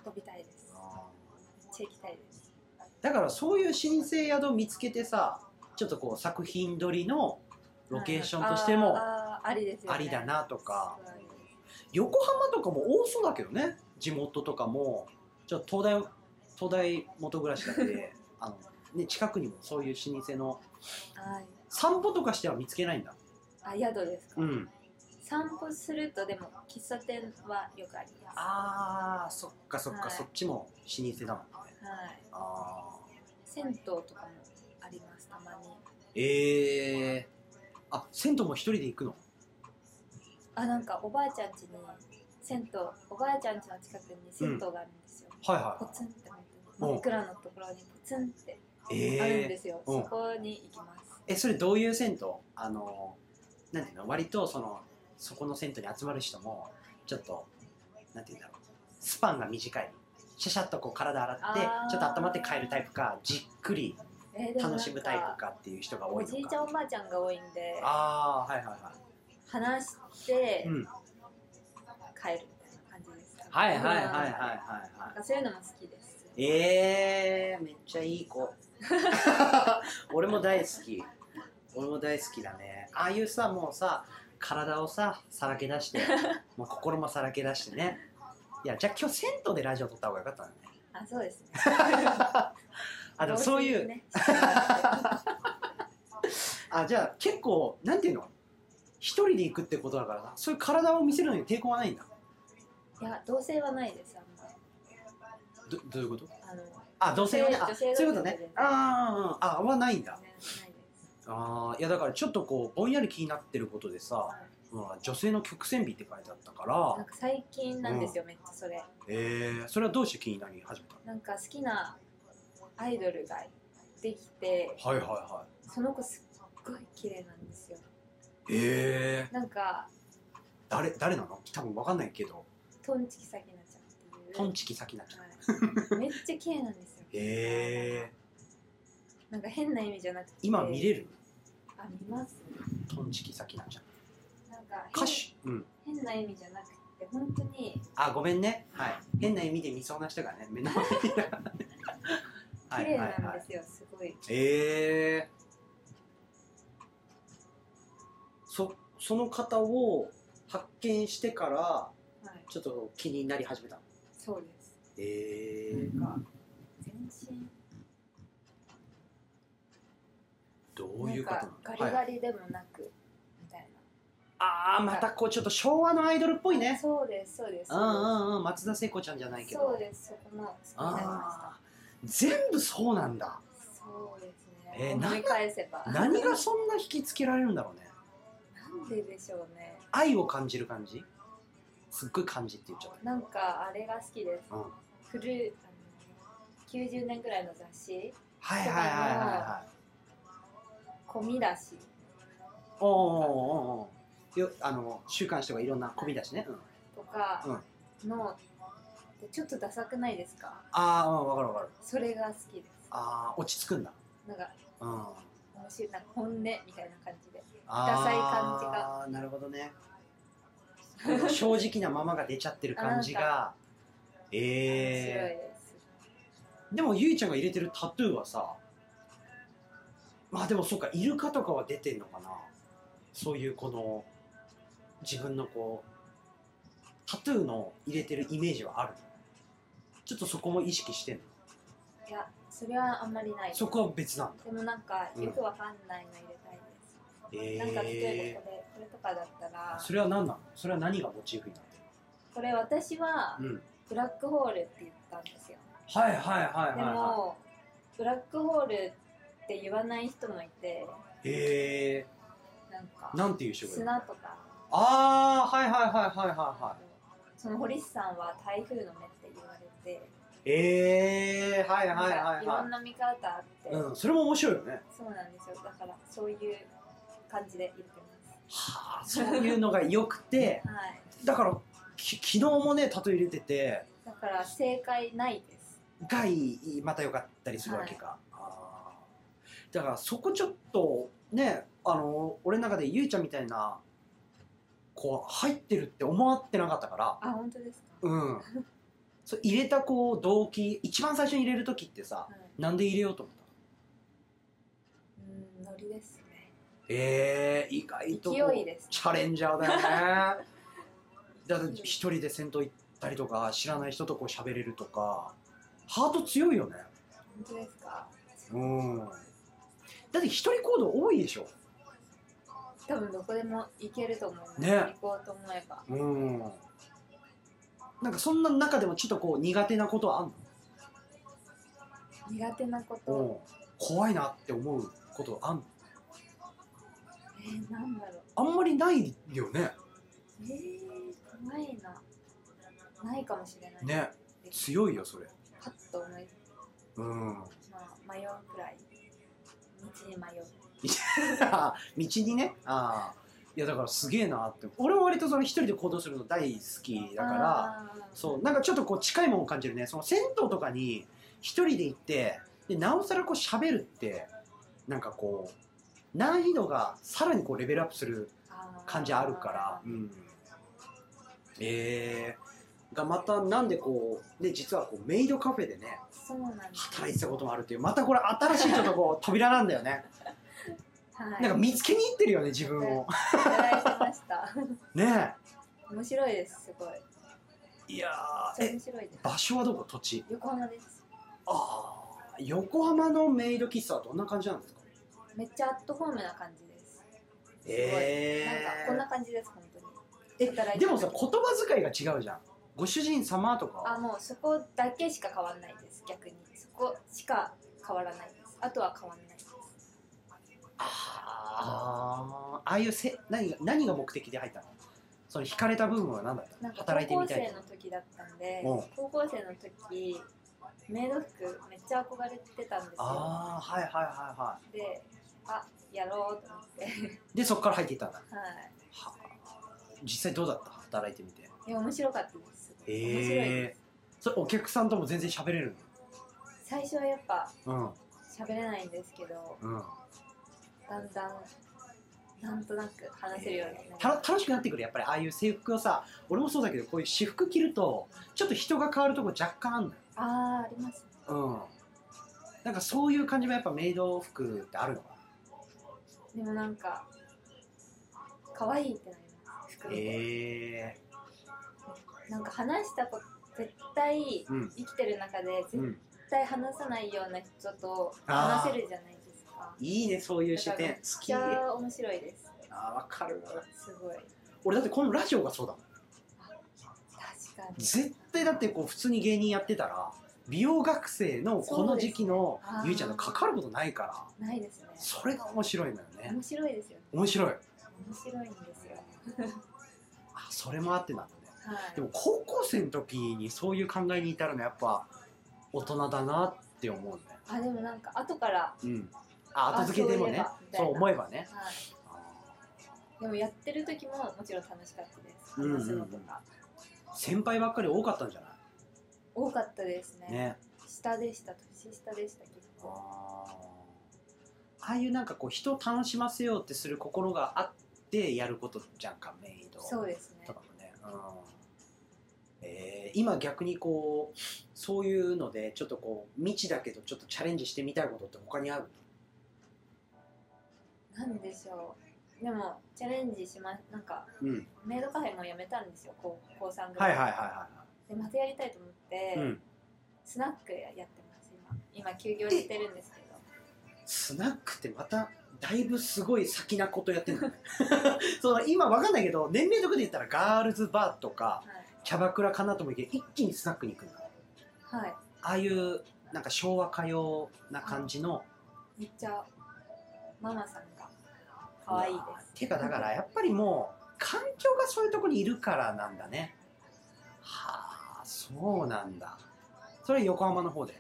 [SPEAKER 2] 運びたいです
[SPEAKER 1] あー
[SPEAKER 2] めっちゃ行きたいです
[SPEAKER 1] だからそういう新生宿見つけてさちょっとこう作品撮りのロケーションとしても
[SPEAKER 2] あーありですよね
[SPEAKER 1] ありだなとか、
[SPEAKER 2] すごい
[SPEAKER 1] 横浜とかも多そうだけどね地元とかもちょっと東大東大元暮らしだけ であの、ね、近くにもそういう老舗の
[SPEAKER 2] はい
[SPEAKER 1] 散歩とかしては見つけないんだ
[SPEAKER 2] あ宿ですか、
[SPEAKER 1] うん
[SPEAKER 2] 散歩するとでも喫茶店はよくありますは
[SPEAKER 1] あーそっかそっか、
[SPEAKER 2] はい
[SPEAKER 1] そっちも老舗だもんね
[SPEAKER 2] い
[SPEAKER 1] あ
[SPEAKER 2] 銭湯とかもありますたまに
[SPEAKER 1] ーええあ銭湯も一人で行くの
[SPEAKER 2] あなんかおばあちゃん家に銭湯おばあちゃん家の近くに銭湯があるんですよ、
[SPEAKER 1] はいは
[SPEAKER 2] ポツンって本当に真っ暗なところにポツンって
[SPEAKER 1] い
[SPEAKER 2] ある
[SPEAKER 1] え
[SPEAKER 2] ん
[SPEAKER 1] え
[SPEAKER 2] ですよ、
[SPEAKER 1] うん
[SPEAKER 2] そこに行きます
[SPEAKER 1] えそれどういう銭湯あのなんていうの割とそのそこの銭湯に集まる人もちょっとなんていうんだろうスパンが短いシャシャッとこう体洗って
[SPEAKER 2] あー
[SPEAKER 1] ちょっと温まって帰るタイプかじっくり
[SPEAKER 2] えーでもなん
[SPEAKER 1] 楽
[SPEAKER 2] か
[SPEAKER 1] しむタイプかっていう人が多
[SPEAKER 2] お
[SPEAKER 1] いのか
[SPEAKER 2] じいちゃんおばあちゃんが多いんで
[SPEAKER 1] ああはいはいは
[SPEAKER 2] 話して
[SPEAKER 1] い、うん、
[SPEAKER 2] 帰るみたいな感じです
[SPEAKER 1] はいはいはいはいはい
[SPEAKER 2] い
[SPEAKER 1] は
[SPEAKER 2] なんかそういうのも好きです
[SPEAKER 1] いえー、めっちゃいい 子俺も大好き俺も大好きだねああいうさもうさ体をささらけ出 してもう心もさらけ出してねいやじゃあ今日銭湯でラジオ撮った方がよかったんだね
[SPEAKER 2] あそうですね
[SPEAKER 1] あでもそういう、
[SPEAKER 2] 防 水ねは
[SPEAKER 1] あじゃあ結構なんていうの一人で行くってことだからなそういう体を見せるのに抵抗はないんだ
[SPEAKER 2] いいや同性はないですあんま
[SPEAKER 1] どどういうこと
[SPEAKER 2] あの
[SPEAKER 1] あ同性はねあ
[SPEAKER 2] 女
[SPEAKER 1] そうい
[SPEAKER 2] 性
[SPEAKER 1] うこと
[SPEAKER 2] 女性だけ
[SPEAKER 1] ね
[SPEAKER 2] で
[SPEAKER 1] あーあーあーはないんだ
[SPEAKER 2] 全然ないです
[SPEAKER 1] あーいやだからちょっとこうぼんやり気になってることでさ、うん、女性の曲線美って書いてあったか
[SPEAKER 2] な
[SPEAKER 1] ら
[SPEAKER 2] んか最近なんですよ、めっちゃそれ
[SPEAKER 1] えー、それはどうして気になり始めた
[SPEAKER 2] なんか好きなアイドルができて
[SPEAKER 1] のはいはいは
[SPEAKER 2] その子すっごい綺麗なんですよ
[SPEAKER 1] いえー、
[SPEAKER 2] なんか
[SPEAKER 1] 誰誰なの多分わかんないけど
[SPEAKER 2] トンチキサキナちゃんっていう
[SPEAKER 1] トンチキ先なきゃ
[SPEAKER 2] はい、めっちゃ綺麗なんですよ
[SPEAKER 1] へえ
[SPEAKER 2] なんか変な意味じゃなくて
[SPEAKER 1] 今見れる
[SPEAKER 2] あ見ます
[SPEAKER 1] トンチキ先なちゃん
[SPEAKER 2] なんか
[SPEAKER 1] 歌手うん
[SPEAKER 2] 変変な意味じゃなくて本当に
[SPEAKER 1] あごめんねはい変な意味で見そうな人がね目の前には
[SPEAKER 2] 綺
[SPEAKER 1] い
[SPEAKER 2] 麗
[SPEAKER 1] はい
[SPEAKER 2] なん
[SPEAKER 1] は
[SPEAKER 2] で
[SPEAKER 1] い
[SPEAKER 2] すよ、すごい
[SPEAKER 1] ええそその方を発見してから
[SPEAKER 2] はい
[SPEAKER 1] ちょっと気になり始めたの
[SPEAKER 2] そうです
[SPEAKER 1] ええ
[SPEAKER 2] なんか全身
[SPEAKER 1] どういうこと
[SPEAKER 2] な
[SPEAKER 1] なんの
[SPEAKER 2] かガリ
[SPEAKER 1] は
[SPEAKER 2] ガ
[SPEAKER 1] い、
[SPEAKER 2] リでもなく、みたいな
[SPEAKER 1] ああまたこうちょっと昭和のアイドルっぽいね
[SPEAKER 2] そうですそうです
[SPEAKER 1] うんうんうん松田聖子ちゃんじゃないけど
[SPEAKER 2] そうですそこも好きになりま
[SPEAKER 1] ああ全部そうなんだ
[SPEAKER 2] したそうですね、
[SPEAKER 1] えー
[SPEAKER 2] 思い返せばな
[SPEAKER 1] 何がそんな引きつけられるんだろうね
[SPEAKER 2] んででしょうね
[SPEAKER 1] 愛を感じる感じすっごい感じって言っちゃった
[SPEAKER 2] なんかあれが好きです、
[SPEAKER 1] うん
[SPEAKER 2] 古いあの90年ぐらいの雑誌
[SPEAKER 1] はいはいはいはいはい
[SPEAKER 2] 込み出し
[SPEAKER 1] おーおーおーおーよあの週刊誌とかいろんな込み出しね、うん、
[SPEAKER 2] とかの、でちょっとダサくないですか
[SPEAKER 1] ああうん分かる分かる
[SPEAKER 2] それが好きです
[SPEAKER 1] ああ落ち着くんだ
[SPEAKER 2] なんか
[SPEAKER 1] うん
[SPEAKER 2] 面白いなんか本音みたいな感じで
[SPEAKER 1] ダ
[SPEAKER 2] サい感じが
[SPEAKER 1] なるほどねこの正直なままが出ちゃってる感じが
[SPEAKER 2] 面白い
[SPEAKER 1] え
[SPEAKER 2] です、
[SPEAKER 1] ー、でもゆいちゃんが入れてるタトゥーはさまあでもそうかイルカとかは出てんのかなそういうこの自分のこうタトゥーの入れてるイメージはあるちょっとそこも意識してんの
[SPEAKER 2] いやそれはあんまりないです
[SPEAKER 1] そこは別なんだ
[SPEAKER 2] でもなんかよくわかんないの入れたいです、なんか例え
[SPEAKER 1] え
[SPEAKER 2] ばこれこれとかだった
[SPEAKER 1] ー、
[SPEAKER 2] ら
[SPEAKER 1] それは何なのそれは何がモチーフになっ
[SPEAKER 2] これ私は
[SPEAKER 1] てる、うん、
[SPEAKER 2] ブラックホールって言ったんですよ
[SPEAKER 1] はいはいはいはい
[SPEAKER 2] で
[SPEAKER 1] は
[SPEAKER 2] もブラックホールって言わない人もいて
[SPEAKER 1] いへえ
[SPEAKER 2] なんか
[SPEAKER 1] なんていう種類
[SPEAKER 2] 砂とか
[SPEAKER 1] ああはいはいはいはいはいはい
[SPEAKER 2] その堀市さんは台風の目って言われて、
[SPEAKER 1] ええー、はいはい
[SPEAKER 2] なん
[SPEAKER 1] は
[SPEAKER 2] か
[SPEAKER 1] い
[SPEAKER 2] いろ
[SPEAKER 1] は
[SPEAKER 2] んな見方あって、
[SPEAKER 1] い、うん、それも面白いよね
[SPEAKER 2] そうなんですよだからそういう感じで言ってま
[SPEAKER 1] はあそういうのが良くて
[SPEAKER 2] すはい
[SPEAKER 1] だからき昨日もね例え入れてて
[SPEAKER 2] だから正解ないです
[SPEAKER 1] がいいまた良かったりするわけか、あーだからそこちょっとねあの俺の中でゆいちゃんみたいなこう入ってるって思ってなかったから
[SPEAKER 2] あ本当ですか、
[SPEAKER 1] うんそう入れたこう動機一番最初に入れる時ってさ
[SPEAKER 2] はい、
[SPEAKER 1] なんで入れようと思ったの
[SPEAKER 2] うんノリですね
[SPEAKER 1] えー、意外とこう
[SPEAKER 2] 勢いです
[SPEAKER 1] チャレンジャーだよねだって
[SPEAKER 2] 勢い
[SPEAKER 1] 一人で戦闘行ったりとか知らない人とこう喋れるとかハート強いよね
[SPEAKER 2] 本当ですか
[SPEAKER 1] うんだって一人行動多いでしょ
[SPEAKER 2] 多分どこでも行けると思います、
[SPEAKER 1] ね
[SPEAKER 2] 行こうと思えば
[SPEAKER 1] うんなんかそんな中でもちょっとこう苦手なことはあん
[SPEAKER 2] 苦手なこと、
[SPEAKER 1] の、うん、怖いなって思うことあんの
[SPEAKER 2] えー、なんだろう
[SPEAKER 1] あんまりないよね
[SPEAKER 2] えー、怖いなないかもしれない
[SPEAKER 1] ね強いよそれ
[SPEAKER 2] パッと思い、
[SPEAKER 1] うん
[SPEAKER 2] まあ、迷うくらい道に迷う
[SPEAKER 1] あ道にねああいやだからすげえなって俺は割とその一人で行動するの大好きだから
[SPEAKER 2] ら
[SPEAKER 1] そうなんかちょっとこう近いものを感じるねその銭湯とかに一人で行ってでなおさらこう喋るってなんかこう難易度がさらにこうレベルアップする感じあるから、うん、えー、がまたなんでこうね実はこうメイドカフェでね
[SPEAKER 2] そうなんです
[SPEAKER 1] 働いてたこともあるっていうまたこれ新しいちょっとこう扉なんだよね
[SPEAKER 2] はい
[SPEAKER 1] なんか見つけに行ってるよね自分を
[SPEAKER 2] 働いてました
[SPEAKER 1] ね
[SPEAKER 2] 面白いですすごい
[SPEAKER 1] えいやー
[SPEAKER 2] めっちゃ
[SPEAKER 1] え
[SPEAKER 2] 面白いです
[SPEAKER 1] 場所はどこ土地
[SPEAKER 2] 横浜です
[SPEAKER 1] ああ横浜のメイド喫茶はどんな感じなんですか
[SPEAKER 2] めっちゃアットホームな感じです
[SPEAKER 1] え
[SPEAKER 2] なんかこんな感じです本当に
[SPEAKER 1] え
[SPEAKER 2] 働いて
[SPEAKER 1] でもさ言葉遣いが違うじゃんご主人様とか
[SPEAKER 2] あ
[SPEAKER 1] は
[SPEAKER 2] もうそこだけしか変わらないです逆にそこしか変わらないですあとは変わらないです
[SPEAKER 1] あーああいうせ何が何が目的で入ったのその惹かれた部分は何だっ
[SPEAKER 2] なん
[SPEAKER 1] た
[SPEAKER 2] か
[SPEAKER 1] 働いて
[SPEAKER 2] 高
[SPEAKER 1] み
[SPEAKER 2] 校
[SPEAKER 1] たい
[SPEAKER 2] 生
[SPEAKER 1] と
[SPEAKER 2] の時だったんで
[SPEAKER 1] うん
[SPEAKER 2] 高校生の時メイド服めっちゃ憧れてたんですよ
[SPEAKER 1] ああはいはいはいは
[SPEAKER 2] であやろうと思って、
[SPEAKER 1] いでそこから入っていったんだ
[SPEAKER 2] はい
[SPEAKER 1] は実際どうだった働いてみて
[SPEAKER 2] いや面白かったです
[SPEAKER 1] へー
[SPEAKER 2] 面白いです
[SPEAKER 1] それお客さんとも全然喋れる
[SPEAKER 2] 最初はやっぱ
[SPEAKER 1] の
[SPEAKER 2] 喋れないんですけど
[SPEAKER 1] うんうん
[SPEAKER 2] だんだんなんとなく話せるようになり
[SPEAKER 1] た楽しくなってくるやっぱりああいう制服をさ俺もそうだけどこういう私服着るとちょっと人が変わるとこ若干あんのよ
[SPEAKER 2] ああーありますね
[SPEAKER 1] うんなんかそういう感じもやっぱメイド服ってあるのか
[SPEAKER 2] でもなんか可愛いってなります服
[SPEAKER 1] な
[SPEAKER 2] 見て、
[SPEAKER 1] へえ
[SPEAKER 2] なんか話したこと絶対
[SPEAKER 1] うん
[SPEAKER 2] 生きてる中で
[SPEAKER 1] う
[SPEAKER 2] 絶
[SPEAKER 1] ん
[SPEAKER 2] 対話さないような人と
[SPEAKER 1] あー
[SPEAKER 2] 話せるじゃないですか
[SPEAKER 1] いいねそういう視点
[SPEAKER 2] め
[SPEAKER 1] 好
[SPEAKER 2] めっ
[SPEAKER 1] き
[SPEAKER 2] ち
[SPEAKER 1] あ
[SPEAKER 2] ゃ面白いです
[SPEAKER 1] ーわかる
[SPEAKER 2] すごい
[SPEAKER 1] 俺だってこのラジオがそうだもん
[SPEAKER 2] 確かに
[SPEAKER 1] 絶対だってこう普通に芸人やってたら美容学生のこの時期の
[SPEAKER 2] そうですねあー
[SPEAKER 1] ゆいちゃんとかかることないから
[SPEAKER 2] ないですね
[SPEAKER 1] それが面白いのよね
[SPEAKER 2] 面白いですよね
[SPEAKER 1] 面白い
[SPEAKER 2] 面白いんですよ
[SPEAKER 1] あそれもあってなんだね
[SPEAKER 2] はい
[SPEAKER 1] でも高校生の時にそういう考えに至るのやっぱ大人だなって思うね
[SPEAKER 2] あでもなんか後から
[SPEAKER 1] うんあ後付けでもね
[SPEAKER 2] あそ
[SPEAKER 1] そ
[SPEAKER 2] ういえばみたい
[SPEAKER 1] う
[SPEAKER 2] な
[SPEAKER 1] 思えばね
[SPEAKER 2] はい
[SPEAKER 1] あ
[SPEAKER 2] でもやってる時ももちろん楽しかったです
[SPEAKER 1] うんうんうん
[SPEAKER 2] 話すのとか、
[SPEAKER 1] ー先輩ばっかり多かったんじゃな
[SPEAKER 2] 多かったですね
[SPEAKER 1] いね
[SPEAKER 2] 下でした年下でした結
[SPEAKER 1] あー
[SPEAKER 2] 構
[SPEAKER 1] ああいうなんかこう人を楽しませようってする心があってやることじゃんかメイド
[SPEAKER 2] そうですね
[SPEAKER 1] とかもね、うんえー今逆にこうそういうのでちょっとこう未知だけどちょっとチャレンジしてみたいことって他にある
[SPEAKER 2] なんでしょうでもチャレンジしまなんか
[SPEAKER 1] うん
[SPEAKER 2] メイドカフェもやめたんですよ高高3ぐ
[SPEAKER 1] はいは
[SPEAKER 2] ら
[SPEAKER 1] い
[SPEAKER 2] い、
[SPEAKER 1] はいは
[SPEAKER 2] でまたやりたいと思って、
[SPEAKER 1] い、うん、
[SPEAKER 2] スナックやってます今今休業してるんですけど
[SPEAKER 1] スナックってまただいぶすごい先なことやってる のねその今わかんないけど年齢とかで言ったらガールズバーとかキャバクラかなともいけど一気にスナックに行くんだ
[SPEAKER 2] はい、は
[SPEAKER 1] ああいうなんか昭和歌謡な感じの
[SPEAKER 2] い、めっちゃママさんが可愛いです
[SPEAKER 1] やてかだからやっぱりもう環境がそういうとこにいるからなんだねはあそうなんだそれ横浜の方で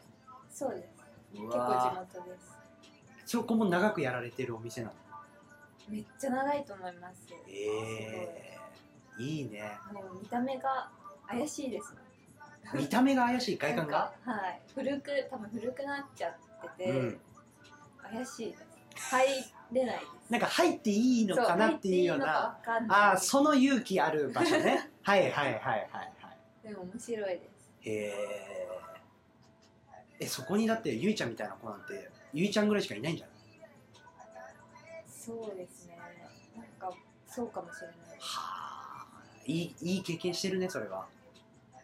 [SPEAKER 2] そうです
[SPEAKER 1] う
[SPEAKER 2] 結構地
[SPEAKER 1] わ
[SPEAKER 2] 元です
[SPEAKER 1] そこも長くやられてるお店なの
[SPEAKER 2] めっちゃ長いと思います
[SPEAKER 1] ええいいね
[SPEAKER 2] すごいもう見た目が怪しいですね
[SPEAKER 1] 見た目が怪しい外観が
[SPEAKER 2] なんかはい古く多分古くなっちゃってて、
[SPEAKER 1] うん
[SPEAKER 2] 怪しいです入れないです
[SPEAKER 1] なんか入っていいのかなっていうような
[SPEAKER 2] そう入っていいのかわかんない
[SPEAKER 1] ああその勇気ある場所ねはいはいはいはいはい
[SPEAKER 2] でも面白いです
[SPEAKER 1] へええそこにだってゆいちゃんみたいな子なんてゆいちゃんぐらいしかいないんじゃない
[SPEAKER 2] そうですねなんかそうかもしれないです
[SPEAKER 1] はあいいいい経験してるねそれは
[SPEAKER 2] 面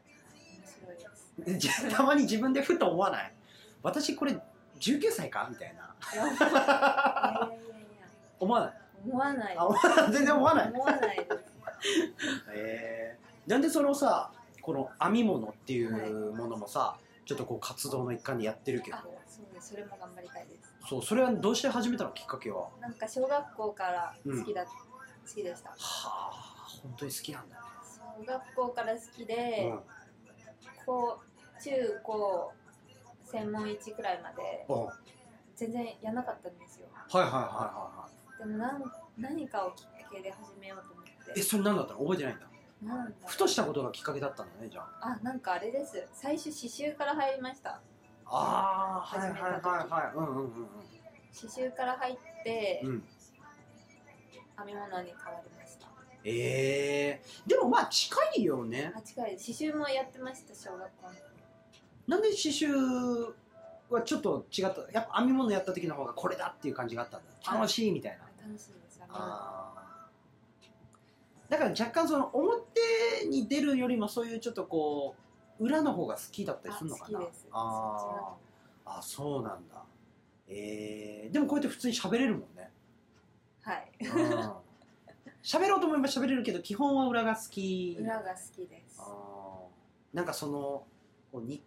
[SPEAKER 2] 白いです
[SPEAKER 1] じゃたまに自分でふと思わない私これ19歳かみたいない
[SPEAKER 2] やいやいやいや
[SPEAKER 1] 思わない
[SPEAKER 2] 思わない
[SPEAKER 1] あ思わない全然思わ ない
[SPEAKER 2] 思わないです
[SPEAKER 1] へえなんでそのさこの編み物っていうものもさ、ちょっとこう活動の一環でやってるけど
[SPEAKER 2] あそうですそれも頑張りたいです
[SPEAKER 1] そうそれはどうして始めたのきっかけはは
[SPEAKER 2] なんか小学校から好きだ、好きでした
[SPEAKER 1] あ本当に好きなんだね、
[SPEAKER 2] 小学校から好きで、
[SPEAKER 1] うん
[SPEAKER 2] こう中高専門1くらいまで
[SPEAKER 1] うんはい
[SPEAKER 2] 全然やんなかったんですよ
[SPEAKER 1] はいはいはいはい
[SPEAKER 2] でもなん何かをきっかけで始めようと思っ
[SPEAKER 1] え
[SPEAKER 2] て
[SPEAKER 1] それ何だったの覚えてないんだ
[SPEAKER 2] なんだ
[SPEAKER 1] ふとしたことがきっかけだったんだねじゃあ
[SPEAKER 2] あなんかあれです最初刺繍から入りました
[SPEAKER 1] ああーはい
[SPEAKER 2] 始
[SPEAKER 1] は
[SPEAKER 2] め
[SPEAKER 1] い
[SPEAKER 2] た
[SPEAKER 1] はい
[SPEAKER 2] 時
[SPEAKER 1] はいうんうんうん
[SPEAKER 2] 刺繍から入って、
[SPEAKER 1] うんうん
[SPEAKER 2] 編み物に変わりました
[SPEAKER 1] ええでもまあ近いよね
[SPEAKER 2] あ近い刺繍もやってました小学校の時
[SPEAKER 1] なんで刺繍はちょっと違ったやっぱ編み物やった時の方がこれだっていう感じがあったんだ楽しいみたいな
[SPEAKER 2] 楽しいです編み物
[SPEAKER 1] あーだから若干その表に出るよりもそういうちょっとこう裏の方が好きだったりするのかな
[SPEAKER 2] あ好きです
[SPEAKER 1] あーあそうなんだえー、でもこうやって普通に喋れるもんね
[SPEAKER 2] はい
[SPEAKER 1] うん喋ろうと思えば喋れるけど基本は裏が好き
[SPEAKER 2] 裏が好きです
[SPEAKER 1] あーなんかそのこうニ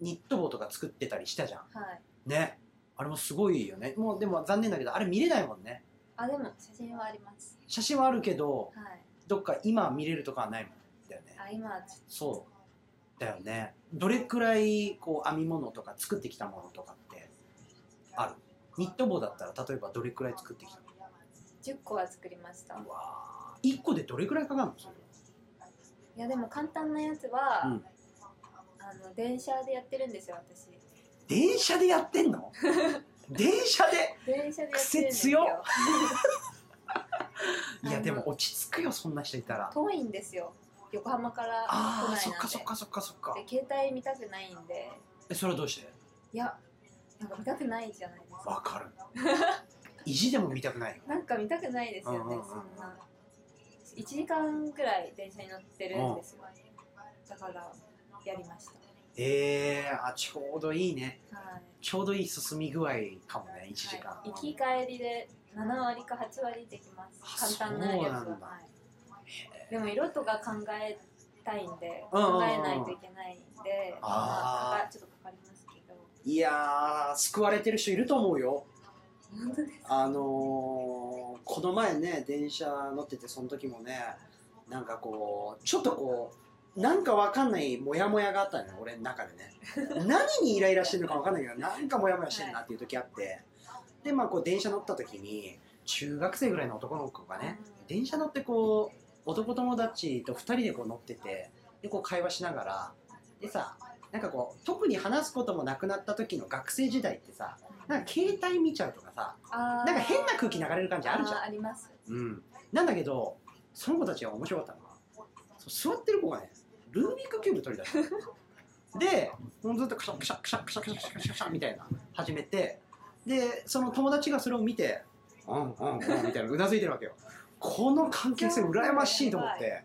[SPEAKER 1] ニット帽とか作ってたりしたじゃん
[SPEAKER 2] はい
[SPEAKER 1] ねあれもすごいよねもうでも残念だけどあれ見れないもんね
[SPEAKER 2] あでも写真はあります
[SPEAKER 1] 写真はあるけど
[SPEAKER 2] はい
[SPEAKER 1] どっか今見れるとかはないもんだよね
[SPEAKER 2] あ今はちょっ
[SPEAKER 1] そうだよねどれくらいこう編み物とか作ってきたものとかってあるニット帽だったら例えばどれくらい作ってきた
[SPEAKER 2] と10個は作りました
[SPEAKER 1] のうわ1個でどれくらいかかるのそれ
[SPEAKER 2] いやでも簡単なやつは、
[SPEAKER 1] うん
[SPEAKER 2] あの電車でやってるんですよ私
[SPEAKER 1] 電車でやってん の電車で
[SPEAKER 2] 電車でやってるんですよ
[SPEAKER 1] 癖 強い
[SPEAKER 2] あ
[SPEAKER 1] や
[SPEAKER 2] の
[SPEAKER 1] でも落ち着くよそんな人いたら
[SPEAKER 2] 遠いんですよ横浜から
[SPEAKER 1] あ
[SPEAKER 2] 都内
[SPEAKER 1] あ
[SPEAKER 2] なんで
[SPEAKER 1] そっかそっかそっかそっか
[SPEAKER 2] で携帯見たくないんで
[SPEAKER 1] えそれはどうして
[SPEAKER 2] いやなんか見たくないじゃないです
[SPEAKER 1] わ
[SPEAKER 2] か
[SPEAKER 1] かる意地でも見たくないよ
[SPEAKER 2] なんか見たくないですよね、
[SPEAKER 1] うんうんうん
[SPEAKER 2] そんな1時間ぐらい電車に乗ってるんですよ、だからやりまし
[SPEAKER 1] えー、あちょうどいいね
[SPEAKER 2] たはい
[SPEAKER 1] ちょうどいい進み具合かもね1時間、
[SPEAKER 2] はい、行き帰りで7割か8割できます
[SPEAKER 1] あ
[SPEAKER 2] 簡単なやつは
[SPEAKER 1] そうなんだ
[SPEAKER 2] はい、でも色とか考えたいんで
[SPEAKER 1] うんうんうん
[SPEAKER 2] 考えないといけないんで
[SPEAKER 1] あー
[SPEAKER 2] まかちょっとかかりますけど
[SPEAKER 1] いやー救われてる人いると思うよ
[SPEAKER 2] 本当です
[SPEAKER 1] あのーこの前ね電車乗っててその時もねなんかこうちょっとこうなんかわかんないモヤモヤがあったのよ俺の中でね 何にイライラしてるのかわかんないけどなんかモヤモヤしてるなっていう時あってでまあこう電車乗った時に中学生ぐらいの男の子がね電車乗ってこう男友達と2人でこう乗っててでこう会話しながらでさなんかこう特に話すこともなくなった時の学生時代ってさなんか携帯見ちゃうとかさ
[SPEAKER 2] な
[SPEAKER 1] なんか変な空気流れる感じあるじゃん
[SPEAKER 2] あーあります
[SPEAKER 1] うん、なんだけどその子たちが面白かったのはそう座ってる子がねルービックキューブ取り出したのでもうずっとクシャクシャクシャクシャクシャクシャクシャクシャみたいな始めてでその友達がそれを見て「うんうんうん」みたいなうなずいてるわけよこの関係性羨ましいと思って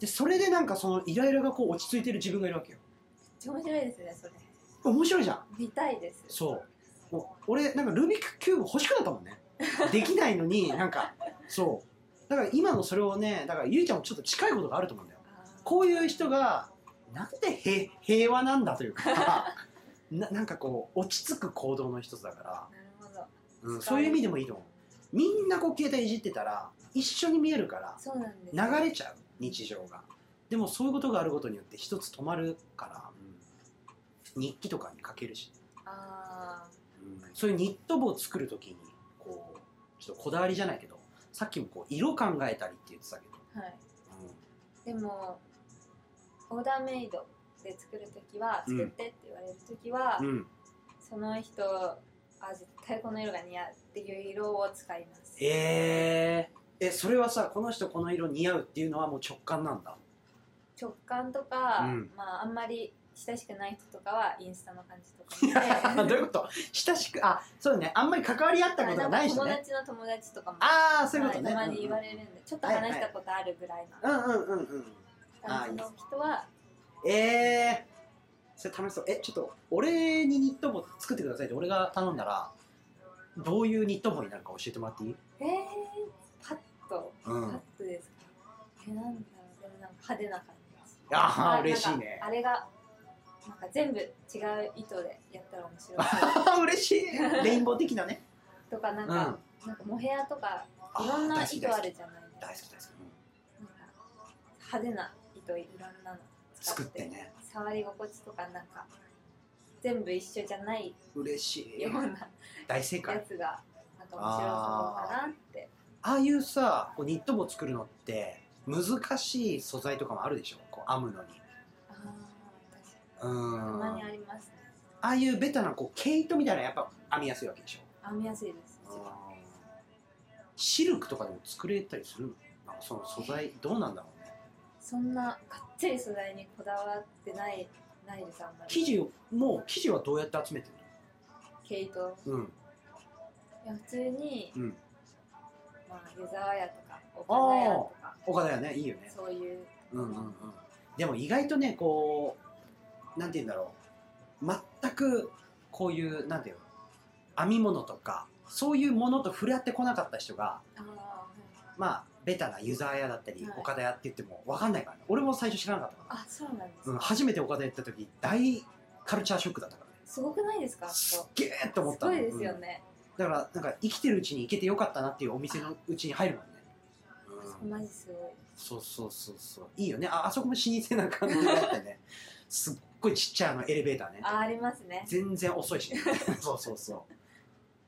[SPEAKER 1] でそれでなんかそのイライラがこう落ち着いてる自分がいるわけよ
[SPEAKER 2] めっちゃ面白いですねそれ
[SPEAKER 1] 面白いじゃん
[SPEAKER 2] 見たいです
[SPEAKER 1] そうお俺なんかルービックキューブ欲しくなったもんねできないのになんかそうだから今のそれをねだからゆいちゃんもちょっと近いことがあると思うんだよ
[SPEAKER 2] あー
[SPEAKER 1] こういう人がなんで平平和なんだというか ななんかこう落ち着く行動の一つだから、
[SPEAKER 2] なるほど
[SPEAKER 1] うん、そういう意味でもいいと思うみんなこう携帯いじってたら一緒に見えるから
[SPEAKER 2] そうなんですよ
[SPEAKER 1] 流れちゃう日常がでもそういうことがあることによって一つ止まるから、うん日記とかに書けるし、
[SPEAKER 2] あ
[SPEAKER 1] うんそういうニット帽を作る時にこうちょっとこだわりじゃないけどさっきもこう色考えたりって言ってたけど、
[SPEAKER 2] あはい
[SPEAKER 1] うん
[SPEAKER 2] でもオーダーメイドで作るときは
[SPEAKER 1] うん
[SPEAKER 2] 作ってって言われるときは、
[SPEAKER 1] うん、
[SPEAKER 2] その人あ絶対この色が似合うっていう色を使います
[SPEAKER 1] えー、えそれはさこの人この色似合うっていうのはもう直感なんだ
[SPEAKER 2] 直感とか、
[SPEAKER 1] うん
[SPEAKER 2] まああんまり親しくない人とかはインスタの感じとか
[SPEAKER 1] ど
[SPEAKER 2] 見
[SPEAKER 1] う
[SPEAKER 2] て
[SPEAKER 1] いうこと親しくあそうねあんまり関わり合ったことがない人
[SPEAKER 2] 友
[SPEAKER 1] ね
[SPEAKER 2] 達の友達とかも
[SPEAKER 1] ああそういうことね、
[SPEAKER 2] はいたまに言われるんで、ちょっと話したことあるぐらい
[SPEAKER 1] うんうんうんうん
[SPEAKER 2] の感じの人は
[SPEAKER 1] うんえーそれ楽しそうえちょっと俺にニット帽作ってくださいって俺が頼んだらどういうニット帽になるか教えてもらっていい、
[SPEAKER 2] えー、パッと
[SPEAKER 1] う
[SPEAKER 2] パ
[SPEAKER 1] ん
[SPEAKER 2] ッ、とですか、えなんだろうでもなんか派手な感じです
[SPEAKER 1] あー
[SPEAKER 2] なんか
[SPEAKER 1] 嬉しいね
[SPEAKER 2] あれがなんか全部違う糸でやったら面白い
[SPEAKER 1] 嬉しい レインボー的なね
[SPEAKER 2] とかなんか、なんかモヘアとかいろんな糸あるじゃないですか
[SPEAKER 1] 大好き大好き、うん
[SPEAKER 2] なんか派手な糸いろんなの使
[SPEAKER 1] 作ってね
[SPEAKER 2] 触り心地とかなんか全部一緒じゃない
[SPEAKER 1] 嬉しい
[SPEAKER 2] ような
[SPEAKER 1] 大正解
[SPEAKER 2] やつがなんか面白そうかなって
[SPEAKER 1] ああいうさこうニット帽作るのって難しい素材とかもあるでしょこう編むのに
[SPEAKER 2] あ
[SPEAKER 1] う
[SPEAKER 2] あた
[SPEAKER 1] ん
[SPEAKER 2] ま
[SPEAKER 1] あ
[SPEAKER 2] にありますね
[SPEAKER 1] あいうベタなこう毛糸みたいなのやっぱ編みやすいわけでしょ
[SPEAKER 2] 編みやすいです一番
[SPEAKER 1] シルクとかでも作れたりするのなんかその素材どうなんだろうね
[SPEAKER 2] そんながっつり素材にこだわってないないですあんま
[SPEAKER 1] 生
[SPEAKER 2] り
[SPEAKER 1] 地をもう生地はどうやって集めて
[SPEAKER 2] 毛糸
[SPEAKER 1] るのうん
[SPEAKER 2] いや普通に、
[SPEAKER 1] うん
[SPEAKER 2] まあ、湯沢屋とか岡田屋とか
[SPEAKER 1] お金はねいいよね
[SPEAKER 2] そういう
[SPEAKER 1] うんうんうん、でも意外とねこうなんて言うんだろう全くこういうなんていうの編み物とかそういうものと触れ合ってこなかった人が
[SPEAKER 2] ああ
[SPEAKER 1] まあベタな湯沢屋だったり、
[SPEAKER 2] はい
[SPEAKER 1] 岡田屋って言っても分かんないからね俺も最初知らなかったか
[SPEAKER 2] あそうなんです
[SPEAKER 1] ら、うん、
[SPEAKER 2] か、
[SPEAKER 1] 初めて岡田屋行った時大カルチャーショックだったからね
[SPEAKER 2] すごくないですかあ
[SPEAKER 1] す
[SPEAKER 2] そ
[SPEAKER 1] っげえと
[SPEAKER 2] こ
[SPEAKER 1] 思っ
[SPEAKER 2] す
[SPEAKER 1] たの
[SPEAKER 2] ごいですよ
[SPEAKER 1] うん
[SPEAKER 2] ね、
[SPEAKER 1] だからなんか生きてるうちに行けてよかったなっていうお店のうちに入るもんね、うん、
[SPEAKER 2] マジすごい
[SPEAKER 1] そうそうそうそういいよねああそこも老舗な感じがあって ねすっごいちっちゃいあのエレベーターね
[SPEAKER 2] あありますね
[SPEAKER 1] 全然遅い しねそうそうそう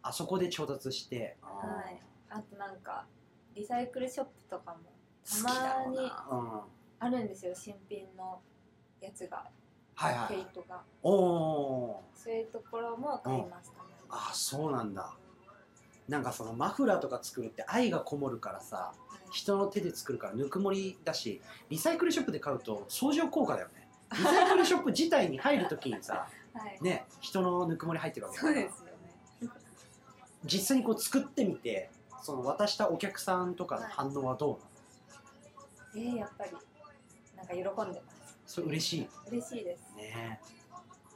[SPEAKER 1] あそこで調達して、あー
[SPEAKER 2] はいあとなんかリサイクルショップとかもた
[SPEAKER 1] 好きだ
[SPEAKER 2] ま
[SPEAKER 1] ろう
[SPEAKER 2] に
[SPEAKER 1] な、うん、
[SPEAKER 2] あるんですよ新品のやつが
[SPEAKER 1] はいは
[SPEAKER 2] 毛
[SPEAKER 1] い
[SPEAKER 2] 糸が
[SPEAKER 1] おおー
[SPEAKER 2] そういうところも買いますたま
[SPEAKER 1] あそうなんだなんかそのマフラーとか作るって愛がこもるからさ
[SPEAKER 2] に
[SPEAKER 1] 人の手で作るからぬくもりだしリサイクルショップで買うと相乗効果だよねリサイクルショップ自体に入るときに さ
[SPEAKER 2] はい、はい
[SPEAKER 1] ね人のぬくもり入ってるわけだ
[SPEAKER 2] そ
[SPEAKER 1] か
[SPEAKER 2] う
[SPEAKER 1] ら
[SPEAKER 2] ですよね
[SPEAKER 1] 実際にこう作ってみてその渡したお客さんとかの反応はどうなの、
[SPEAKER 2] えー、やっぱりなんか喜んでます
[SPEAKER 1] それ嬉しい
[SPEAKER 2] 嬉しいです
[SPEAKER 1] ね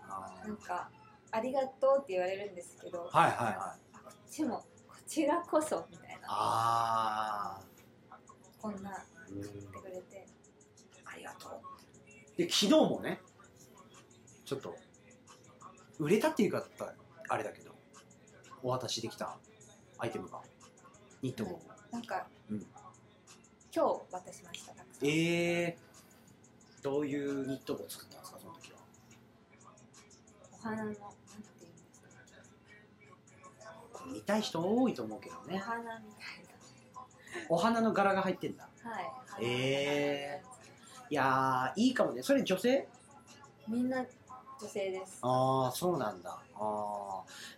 [SPEAKER 1] あ
[SPEAKER 2] なんかありがとうって言われるんですけど
[SPEAKER 1] ーはいはいはい
[SPEAKER 2] あこっちもこちらこそみたいな
[SPEAKER 1] ああ
[SPEAKER 2] こんな買ってくれて
[SPEAKER 1] ありがとうで昨日もねちょっと売れたっていうかあれだけどお渡しできたアイテムがニット帽
[SPEAKER 2] なんか、
[SPEAKER 1] うん
[SPEAKER 2] 今日渡しましたたくさ
[SPEAKER 1] え
[SPEAKER 2] ん
[SPEAKER 1] ー、どういうニット帽作ったんですかその時は
[SPEAKER 2] お花のなんて言うんですか
[SPEAKER 1] これ見たい人多いと思うけど
[SPEAKER 2] お
[SPEAKER 1] ね
[SPEAKER 2] 花みた
[SPEAKER 1] お花の柄が入ってんだ
[SPEAKER 2] いなはい花
[SPEAKER 1] えいやーいいかもねそれ女性
[SPEAKER 2] みんな女性です
[SPEAKER 1] ああそうなんだあー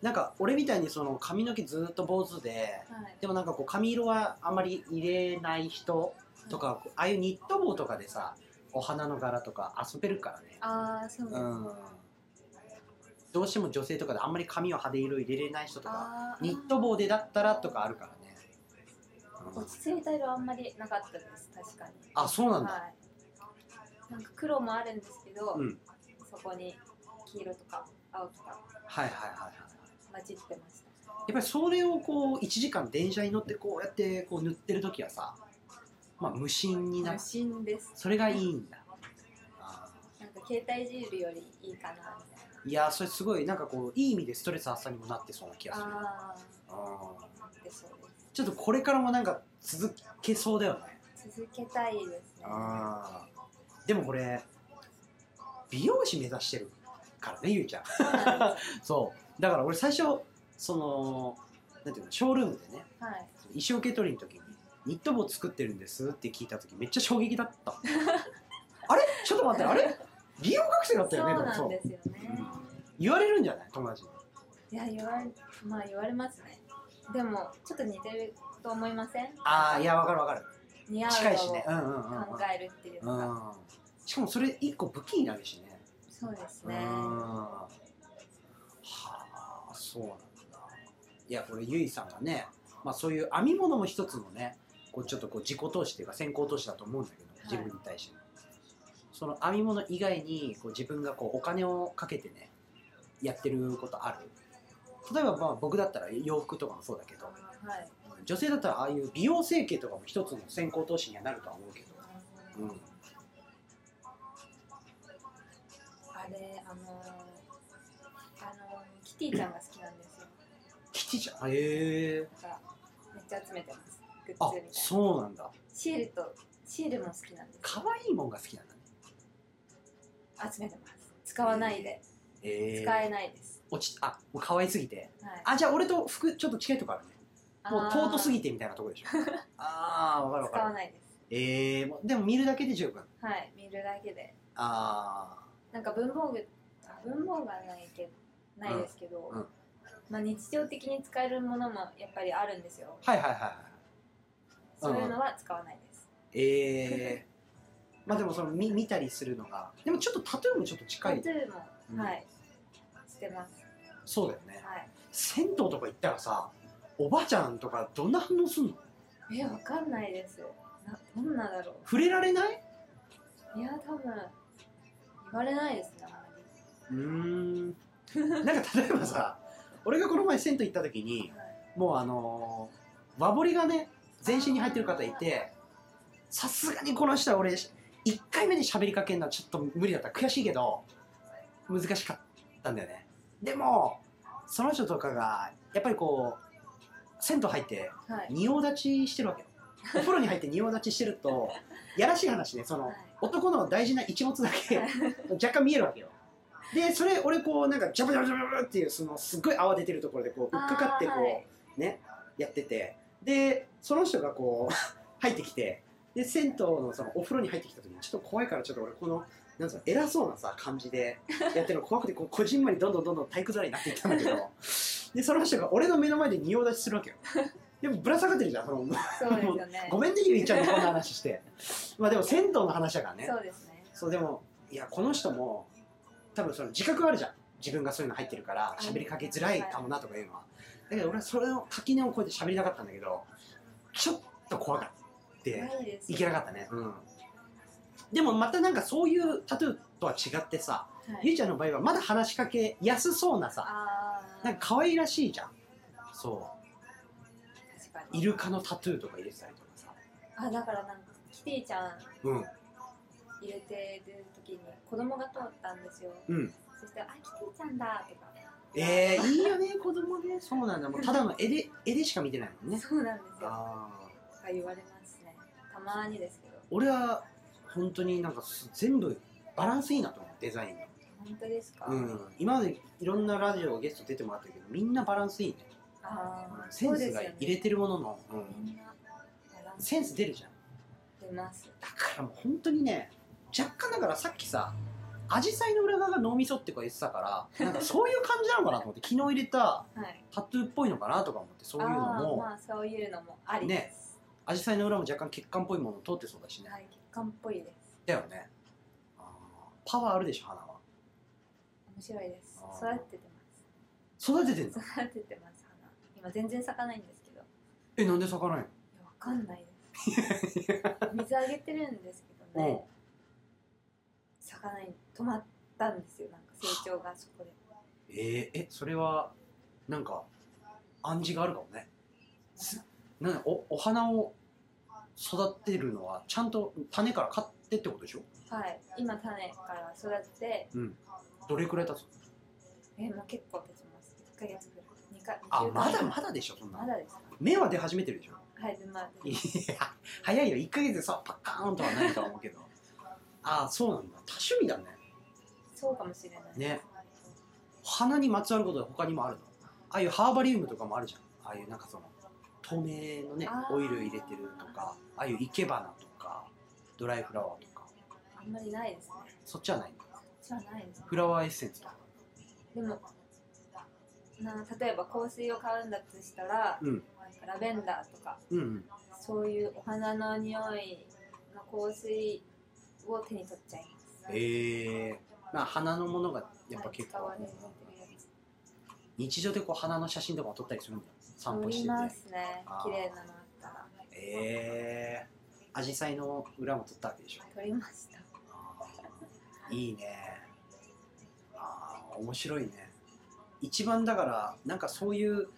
[SPEAKER 1] なんか俺みたいにその髪の毛ずーっと坊主で
[SPEAKER 2] はい
[SPEAKER 1] でもなんかこう髪色はあんまり入れない人とか、こうああいうニット帽とかでさお花の柄とか遊べるからね
[SPEAKER 2] ああそうです、
[SPEAKER 1] うんどうしても女性とかであんまり髪を派手色入れれない人とか
[SPEAKER 2] あー
[SPEAKER 1] ニット帽でだったらとかあるからね、うん
[SPEAKER 2] 落ち着いた色あんまりなかったです確かに
[SPEAKER 1] あそうなんだ、
[SPEAKER 2] はい、なんか黒もあるんですけど、
[SPEAKER 1] うん
[SPEAKER 2] そこに黄色とか青とか
[SPEAKER 1] はいはいはいはい
[SPEAKER 2] 混じってました
[SPEAKER 1] やっぱりそれをこう1時間電車に乗ってこうやってこう塗ってる時はさまあ無心にな
[SPEAKER 2] 無心です
[SPEAKER 1] それがいいんだあ
[SPEAKER 2] なんか携帯いじるよりいいかなみたい
[SPEAKER 1] ーいやーそれすごいなんかこういい意味でストレス発散にもなってそうな気が
[SPEAKER 2] な
[SPEAKER 1] する
[SPEAKER 2] ああ
[SPEAKER 1] あ
[SPEAKER 2] ーってそうです
[SPEAKER 1] ちょっとこれからもなんか続けそうだよね
[SPEAKER 2] 続けたいですね
[SPEAKER 1] あーでもこれ美容師目指してるからねゆいちゃん
[SPEAKER 2] そうなんです
[SPEAKER 1] そうだから俺最初そのなんていうのショールームでね
[SPEAKER 2] はい
[SPEAKER 1] 衣装受け取りの時にニット帽作ってるんですって聞いた時めっちゃ衝撃だった あれちょっと待ってあれ美容学生だった
[SPEAKER 2] そう
[SPEAKER 1] よね
[SPEAKER 2] なん
[SPEAKER 1] でも
[SPEAKER 2] ですよね
[SPEAKER 1] 言われるんじゃない友達に
[SPEAKER 2] いや言われまあ言われますねでもちょっと似てると思いません
[SPEAKER 1] ああいやわかるわかる
[SPEAKER 2] 似合う
[SPEAKER 1] 近いし
[SPEAKER 2] 顔を
[SPEAKER 1] ねうんうんうん
[SPEAKER 2] 考えるっていう
[SPEAKER 1] う
[SPEAKER 2] か
[SPEAKER 1] ん、うん、しかもそれ一個武器になるしね
[SPEAKER 2] そうです
[SPEAKER 1] うん
[SPEAKER 2] ね
[SPEAKER 1] はあそうなんだいやこれゆいさんがね、まあ、そういう編み物も一つのねこうちょっとこう自己投資というか先行投資だと思うんだけど
[SPEAKER 2] はい
[SPEAKER 1] 自分に対しての、その編み物以外にこう自分がこうお金をかけてねやってることある例えばまあ僕だったら洋服とかもそうだけど
[SPEAKER 2] はい
[SPEAKER 1] 女性だったらああいう美容整形とかも一つの先行投資にはなるとは思うけど、うん、
[SPEAKER 2] あれあのーあのーキティちゃんが好きなんですよ
[SPEAKER 1] 吉じゃんへえ
[SPEAKER 2] なんかめっちゃ集めてますグッ
[SPEAKER 1] あ
[SPEAKER 2] ズみたいな
[SPEAKER 1] そうなんだ
[SPEAKER 2] シールとシールも好きなんです
[SPEAKER 1] 可愛いもんが好きなんだね
[SPEAKER 2] 集めてます使わないで、
[SPEAKER 1] え
[SPEAKER 2] 使えないです、
[SPEAKER 1] 落ちあもう可愛すぎて
[SPEAKER 2] はい、
[SPEAKER 1] あじゃあ俺と服ちょっと近いとこあるねもう尊す
[SPEAKER 2] ぎ
[SPEAKER 1] ぎてみたいなと こでしょああ分かる分
[SPEAKER 2] 使わ
[SPEAKER 1] かる
[SPEAKER 2] ないです
[SPEAKER 1] えー、もうでも見るだけで十分
[SPEAKER 2] はい見るだけで
[SPEAKER 1] あ
[SPEAKER 2] なんか文房具あ文房具はないけないですけど、
[SPEAKER 1] うんうん
[SPEAKER 2] まあ、日常的に使えるものもやっぱりあるんですよ
[SPEAKER 1] あはいはいはいはい
[SPEAKER 2] そういうのは使わないです、
[SPEAKER 1] え ー、まあでもその見見たりするのがでもちょっとタトゥーもちょっと近い
[SPEAKER 2] タトゥーも、
[SPEAKER 1] うん
[SPEAKER 2] はいしてます
[SPEAKER 1] そうだよね
[SPEAKER 2] はい
[SPEAKER 1] 銭湯とか行ったらさおばちゃんとかどんな反応すんの
[SPEAKER 2] えわかんないですなどんなだろ
[SPEAKER 1] 触れられないう
[SPEAKER 2] いや多分言われないですねあんま
[SPEAKER 1] うー
[SPEAKER 2] り
[SPEAKER 1] んなんか例えばさ俺がこの前銭湯行った時にもうあのー和彫りがね全身に入ってる方いてさすがにこの人は俺1回目で喋りかけるのはちょっと無理だった悔しいけど難しかったんだよねでもその人とかがやっぱりこう銭湯入って
[SPEAKER 2] はい、はい
[SPEAKER 1] 仁王立ちしてるわけよお風呂に入って仁王立ちしてるとやらしい話ねその男の大事な一物だけ若干見えるわけよでそれ俺こうなんかジャブジャブジャブジャブっていうそのすっごい泡出てるところでこう引っかかってこ
[SPEAKER 2] あーはいう
[SPEAKER 1] ねやっててでその人がこう 入ってきてで銭湯のそのお風呂に入ってきた時にちょっと怖いからちょっと俺このなんつうの偉そうなさ感じでやってるの怖くてこうこじんまりどんどんどんどん体育座りになっていったんだけどでその人が俺の目の前で仁王立ちするわけよでもぶら下がってるじゃんその
[SPEAKER 2] そうですよね
[SPEAKER 1] ごめんねゆいちゃんにこんな話してまあでも銭湯の話だからね
[SPEAKER 2] そうですね
[SPEAKER 1] そうでもいやこの人も多分その自覚あるじゃん自分がそういうの入ってるから
[SPEAKER 2] はい
[SPEAKER 1] 喋りかけづらいかもなとかいうのはだけど俺はそれの垣根を越えて喋りたかったんだけどちょっと怖かって
[SPEAKER 2] ないです
[SPEAKER 1] いけなかったねうんでもまたなんかそういうタトゥーとは違ってさ、
[SPEAKER 2] はい
[SPEAKER 1] ゆいちゃんの場合はまだ話しかけやすそうなさ
[SPEAKER 2] あー
[SPEAKER 1] なんか可愛らしいじゃんそ
[SPEAKER 2] 確か
[SPEAKER 1] う
[SPEAKER 2] に
[SPEAKER 1] イルカのタトゥーとか入れてたりとかさ
[SPEAKER 2] あだからなんかキティちゃん
[SPEAKER 1] うん
[SPEAKER 2] 入れてる時に子供が通ったんですよ
[SPEAKER 1] うん
[SPEAKER 2] そして「あキティちゃんだ」とか、
[SPEAKER 1] えー、いいよね子供ねそうなんだもうただの絵で絵でしか見てないもんね
[SPEAKER 2] そうなんですよ
[SPEAKER 1] ああ
[SPEAKER 2] とか言われますねたまにですけど
[SPEAKER 1] 俺は本当になんかす全部バランスいいなと思うデザインの、
[SPEAKER 2] 本当ですか、
[SPEAKER 1] うん、今までいろんなラジオゲスト出てもらってるけどみんなバランスいいね
[SPEAKER 2] ああ
[SPEAKER 1] センスが入れてるものの、うん
[SPEAKER 2] みんなバランス
[SPEAKER 1] センス出るじゃん
[SPEAKER 2] 出ます
[SPEAKER 1] だからもう本当にね若干だからさっきさアジサイの裏側が脳みそってか言ってたからなんかそういう感じなのかなと 思って昨日入れた
[SPEAKER 2] はい
[SPEAKER 1] タトゥーっぽいのかなとか思ってそういうの
[SPEAKER 2] あー
[SPEAKER 1] も
[SPEAKER 2] まあそういうのもありです、
[SPEAKER 1] アジサイの裏も若干血管っぽいもの通ってそうだしね
[SPEAKER 2] はい血管っぽいです
[SPEAKER 1] だよねあーパワーあるでしょ花は
[SPEAKER 2] 面白いです
[SPEAKER 1] あー
[SPEAKER 2] 育ててま
[SPEAKER 1] 育ててんだ
[SPEAKER 2] す育ててます花今全然咲かないんですけどい
[SPEAKER 1] えなんで咲かないの
[SPEAKER 2] やわかんないです 水あげてるんですけどね、
[SPEAKER 1] うん
[SPEAKER 2] 咲かない止まったんですよなんか成長がそこで
[SPEAKER 1] えー、えそれはなんか暗示があるかもねすなんおお花を育てるのはちゃんと種から買ってってことでしょ
[SPEAKER 2] はい今種から育てて
[SPEAKER 1] どれくらい経つの
[SPEAKER 2] えもう結構経ちます1ヶ月ぐらい2か
[SPEAKER 1] あ
[SPEAKER 2] 2週間
[SPEAKER 1] まだまだでしょそんな
[SPEAKER 2] まだですか
[SPEAKER 1] 目は出始めてるでしょ
[SPEAKER 2] はい、でまあ、
[SPEAKER 1] いや早いよ1ヶ月でさパッカーンとはないとは思うけどああそうなんだ多趣味だね
[SPEAKER 2] そうかもしれない。
[SPEAKER 1] ね花にまつわることで他にもあるのああいうハーバリウムとかもあるじゃんああいうなんかその透明のね
[SPEAKER 2] あー
[SPEAKER 1] オイル入れてるとかああいう生け花とかドライフラワーとか
[SPEAKER 2] あんまりないですね。
[SPEAKER 1] そっちはないんだ
[SPEAKER 2] じゃあないですね。
[SPEAKER 1] フラワーエッセンスとか
[SPEAKER 2] でも、な例えば香水を買うんだとしたら、
[SPEAKER 1] うん
[SPEAKER 2] ラベンダーとか、
[SPEAKER 1] うんうん
[SPEAKER 2] そういうお花の匂いの香水を手に取っちゃいます。
[SPEAKER 1] ええまあ花のものがやっぱ結
[SPEAKER 2] 使
[SPEAKER 1] 構
[SPEAKER 2] われてるやつ。
[SPEAKER 1] 日常でこう花の写真とかも撮ったりするんだ散
[SPEAKER 2] 乗
[SPEAKER 1] 歩し
[SPEAKER 2] り
[SPEAKER 1] てて
[SPEAKER 2] ますね
[SPEAKER 1] あー。
[SPEAKER 2] 綺麗なのあったら。
[SPEAKER 1] ええアジサイの裏も撮ったわけでしょ
[SPEAKER 2] 取りました。
[SPEAKER 1] いいねああ面白いね一番だからなんかそういう、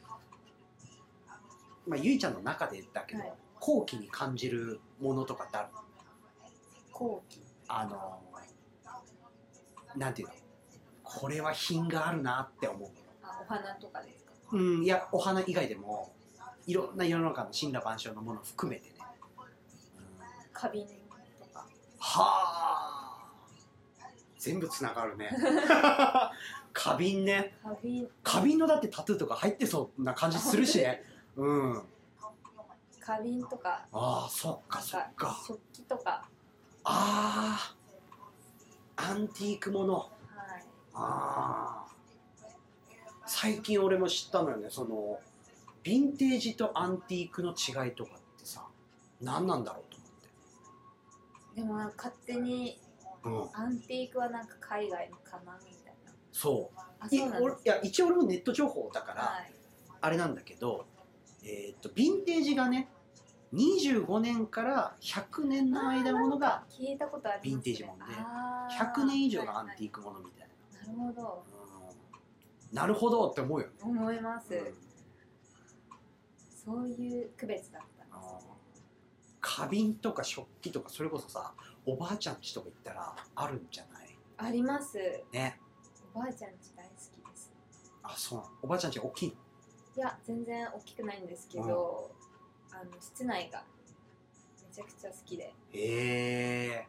[SPEAKER 1] まあ、ゆいちゃんの中でだけど、
[SPEAKER 2] はい
[SPEAKER 1] 後期に感じるものとかってある
[SPEAKER 2] 後期。
[SPEAKER 1] あのなんていうのこれは品があるなって思う
[SPEAKER 2] あ、お花とかですか。
[SPEAKER 1] うん、いや、お花以外でも、いろんな世の中の神羅万象のものを含めてね。うん
[SPEAKER 2] 花瓶とか。
[SPEAKER 1] はあ、全部つながるね。花瓶ね。
[SPEAKER 2] 花瓶、
[SPEAKER 1] 花瓶のだってタトゥーとか入ってそうな感じするしね。うん。
[SPEAKER 2] 花瓶とか、
[SPEAKER 1] ああ、そっかそ
[SPEAKER 2] な
[SPEAKER 1] っ
[SPEAKER 2] んか
[SPEAKER 1] か。
[SPEAKER 2] 食器とか。
[SPEAKER 1] ああ、アンティークもの。
[SPEAKER 2] はい。
[SPEAKER 1] ああ。最近俺も知ったのよね。その、ヴィンテージとアンティークの違いとかってさ、何なんだろうと思って。
[SPEAKER 2] でもなんか勝手に
[SPEAKER 1] うん、
[SPEAKER 2] アンティークはなんか海外のかなみたいな。
[SPEAKER 1] そう
[SPEAKER 2] あ、
[SPEAKER 1] い
[SPEAKER 2] そうなん
[SPEAKER 1] 俺
[SPEAKER 2] で
[SPEAKER 1] い
[SPEAKER 2] す。
[SPEAKER 1] や一応俺もネット情報だから、
[SPEAKER 2] はい。
[SPEAKER 1] あれなんだけど、えーっとヴィンテージがね25年から100年の間ものが
[SPEAKER 2] 聞いたことあります、ね。
[SPEAKER 1] ヴィンテージもんね
[SPEAKER 2] あー
[SPEAKER 1] 100年以上のアンティークものみたい
[SPEAKER 2] はいはいなるほど。
[SPEAKER 1] な、うんなるほどって思うよね、
[SPEAKER 2] 思いま
[SPEAKER 1] う
[SPEAKER 2] す、
[SPEAKER 1] ん
[SPEAKER 2] そういう区別だったんで
[SPEAKER 1] あの花瓶とか食器とかそれこそさおばあちゃん家とか行ったらあるんじゃない
[SPEAKER 2] す。あります。
[SPEAKER 1] ね
[SPEAKER 2] おばあちゃんち大好きです。
[SPEAKER 1] あそうなのおばあちゃん家大きいの
[SPEAKER 2] いや全然大きくないんですけど、あの室内がめちゃくちゃ好きで
[SPEAKER 1] へえ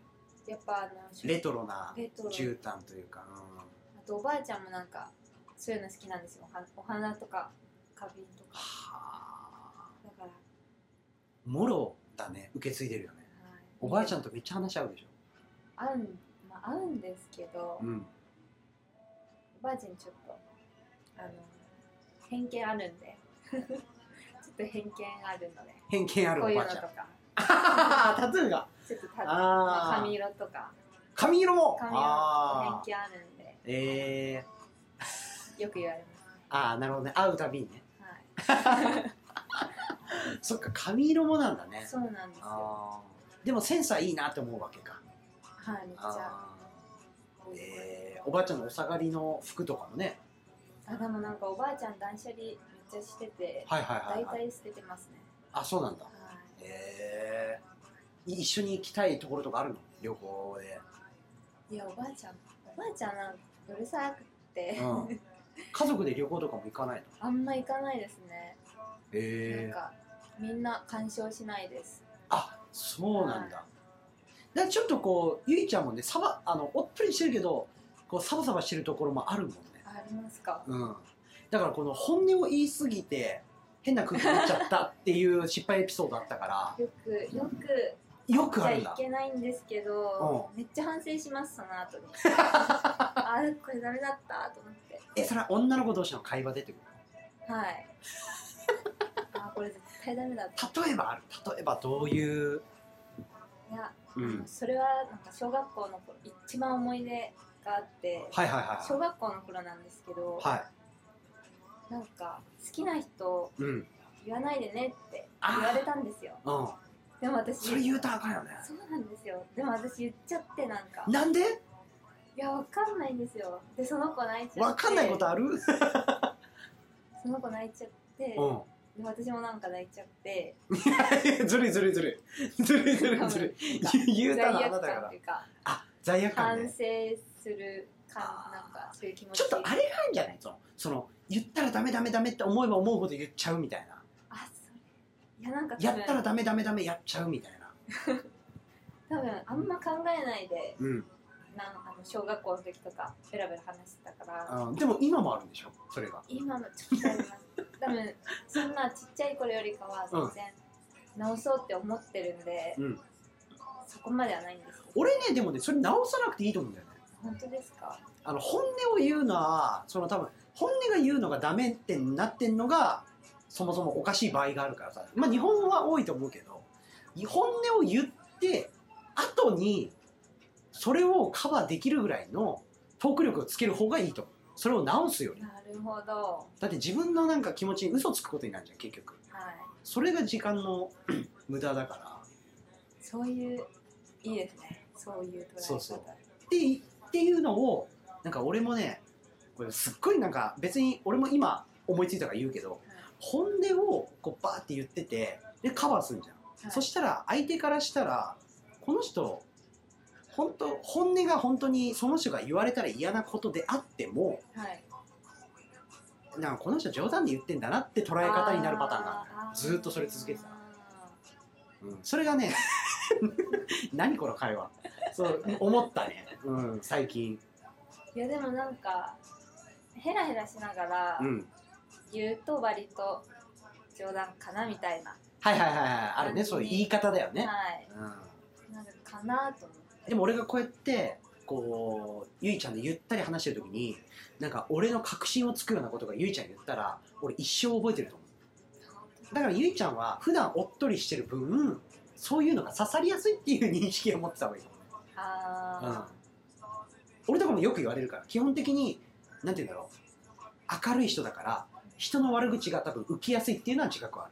[SPEAKER 2] やっぱあの
[SPEAKER 1] レトロな
[SPEAKER 2] レトロ
[SPEAKER 1] 絨毯というか、うん
[SPEAKER 2] あとおばあちゃんもなんかそういうの好きなんですよお花お花とか花瓶とか
[SPEAKER 1] はあ
[SPEAKER 2] だから、はい、
[SPEAKER 1] もろだね受け継いでるよねおばあちゃんとめっちゃ話合うでしょ
[SPEAKER 2] 合うん、まあ、合うんですけど、
[SPEAKER 1] ん
[SPEAKER 2] おばあちゃんちょっとあの偏見あるんで ちょっと偏見あるので
[SPEAKER 1] 偏見ある
[SPEAKER 2] こ
[SPEAKER 1] お
[SPEAKER 2] ういう
[SPEAKER 1] ば
[SPEAKER 2] の
[SPEAKER 1] あ
[SPEAKER 2] と
[SPEAKER 1] ちゃん
[SPEAKER 2] か
[SPEAKER 1] タトゥーが
[SPEAKER 2] ちょっとた、ま
[SPEAKER 1] あ
[SPEAKER 2] あ髪
[SPEAKER 1] あ
[SPEAKER 2] 色とか
[SPEAKER 1] 髪色も
[SPEAKER 2] 髪色とか
[SPEAKER 1] ああ
[SPEAKER 2] 偏見あるんで
[SPEAKER 1] えー、
[SPEAKER 2] よく言われます
[SPEAKER 1] あーなるほどね会うたびにね
[SPEAKER 2] はい
[SPEAKER 1] そっか髪色もなんだね
[SPEAKER 2] そうなんですよ。
[SPEAKER 1] あーでもセンサーいいなって思うわけか
[SPEAKER 2] はい、めっちゃ。
[SPEAKER 1] あーえー、おばあちゃんのお下がりの服とかもね
[SPEAKER 2] あ、でもなんかおばあちゃん断捨離めっちゃしてて、
[SPEAKER 1] はいはいは
[SPEAKER 2] 大
[SPEAKER 1] い、はい、
[SPEAKER 2] 体捨ててますね。
[SPEAKER 1] あそうなんだ
[SPEAKER 2] はい。
[SPEAKER 1] えー、い一緒に行きたいところとかあるの旅行で、
[SPEAKER 2] いや、おばあちゃん、おばあちゃんなんかうるさくて、
[SPEAKER 1] うん、家族で旅行とかも行かないの
[SPEAKER 2] あんま行かないですね。なん
[SPEAKER 1] えー、
[SPEAKER 2] か、みんな干渉しないです。
[SPEAKER 1] あそうなんだ、だからちょっとこうゆいちゃんもねサバあのおっぷりしてるけどこうサバサバしてるところもあるもんね、
[SPEAKER 2] ありますか。
[SPEAKER 1] うん、だからこの本音を言いすぎて変な空気になっちゃったっていう失敗エピソードあったから
[SPEAKER 2] よく、よく、
[SPEAKER 1] よく
[SPEAKER 2] じゃ
[SPEAKER 1] あ
[SPEAKER 2] あ
[SPEAKER 1] るん
[SPEAKER 2] い
[SPEAKER 1] だ
[SPEAKER 2] けないんですけど、めっちゃ反省します、その後 に。あー、これダメだったと思って。
[SPEAKER 1] えそれは女の子同士の会話でってこ
[SPEAKER 2] はい。あー、これ絶対ダメだった。
[SPEAKER 1] と例えばある例えばどういう
[SPEAKER 2] いや、
[SPEAKER 1] うん
[SPEAKER 2] それはなんか小学校の頃一番思い出があって
[SPEAKER 1] はいはいはい
[SPEAKER 2] 小学校の頃なんですけど、
[SPEAKER 1] はい
[SPEAKER 2] なんか好きな人
[SPEAKER 1] うん
[SPEAKER 2] 言わないでねって言われたんですよ
[SPEAKER 1] うん
[SPEAKER 2] でも私
[SPEAKER 1] それ言うたらあかんよね
[SPEAKER 2] そうなんですよでも私言っちゃってなんか
[SPEAKER 1] なんで
[SPEAKER 2] いやわかんないんですよでその子泣いちゃって
[SPEAKER 1] わかんないことある
[SPEAKER 2] その子泣いちゃって、
[SPEAKER 1] うん
[SPEAKER 2] で私もなんか泣いちゃって
[SPEAKER 1] ずるいずるいずるいずるいずるいずるい 言う
[SPEAKER 2] 罪
[SPEAKER 1] たらあ
[SPEAKER 2] 悪
[SPEAKER 1] な
[SPEAKER 2] 感
[SPEAKER 1] たから
[SPEAKER 2] というか
[SPEAKER 1] あ罪悪
[SPEAKER 2] 反
[SPEAKER 1] 感
[SPEAKER 2] 省
[SPEAKER 1] ね
[SPEAKER 2] する感
[SPEAKER 1] あー
[SPEAKER 2] なんかそういう気持ち
[SPEAKER 1] ちょっとあれがあるんじゃないそのその言ったらダメダメダメって思えば思うほど言っちゃうみたいな
[SPEAKER 2] あそいやなんか多
[SPEAKER 1] やったら
[SPEAKER 2] 分
[SPEAKER 1] ダメダメダメやっちゃうみたいな
[SPEAKER 2] 多分あんま考えないで
[SPEAKER 1] うん
[SPEAKER 2] なんあの小学校の時とかベラベラ話してたから
[SPEAKER 1] あでも今もあるんでしょそれが
[SPEAKER 2] 今もちょっとあります多分そんなちっちゃい頃よりかは全然直そうって思ってるんで、
[SPEAKER 1] うん
[SPEAKER 2] そこまではないんですけど
[SPEAKER 1] 俺ねでもねそれ直さなくていいと思うんだよね
[SPEAKER 2] 本当ですか
[SPEAKER 1] あの本音を言うのはその多分本音が言うのがダメってなってんのがそもそもおかしい場合があるからさまあ日本は多いと思うけど本音を言って後にそれをカバーできるぐらいのトーク力をつける方がいいと思うそれを直すより
[SPEAKER 2] なるほどは
[SPEAKER 1] だって自分のなんか気持ちに嘘つくことになるじゃん結局
[SPEAKER 2] い
[SPEAKER 1] それが時間の 無駄だから
[SPEAKER 2] そういういいですねそういう捉え方
[SPEAKER 1] そうそうってっていうのをなんか俺もねこれすっごいなんか別に俺も今思いついたから言うけど本音をこうバーって言っててでカバーするじゃん、そ
[SPEAKER 2] し
[SPEAKER 1] したら相手からしたらこの人本当本音が本当にその人が言われたら嫌なことであっても
[SPEAKER 2] て、はい、
[SPEAKER 1] なんかこの人冗談で言ってんだなって捉え方になるパターンがある
[SPEAKER 2] あー
[SPEAKER 1] ずーっとそれ続けてた
[SPEAKER 2] あー
[SPEAKER 1] うんそれがね 何この会話そう思ったね、うん、最近、
[SPEAKER 2] いやでもなんかヘラヘラしながら
[SPEAKER 1] うん、
[SPEAKER 2] 言うと割と冗談かなみたいな、
[SPEAKER 1] はいはいはいはいあるねそういう言い方だよね、
[SPEAKER 2] はい
[SPEAKER 1] うん
[SPEAKER 2] なんかかなと思って
[SPEAKER 1] でも俺がこうやってこうゆいちゃんでゆったり話してる時になんか俺の確信をつくようなことがゆいちゃんに言ったら俺一生覚えてると思うだからゆいちゃんは普段おっとりしてる分そういうのが刺さりやすいっていう認識を持ってた方がいい、う
[SPEAKER 2] あ
[SPEAKER 1] ん、俺とかもよく言われるから基本的になんて言うんだろう明るい人だから人の悪口が多分浮きやすいっていうのは自覚は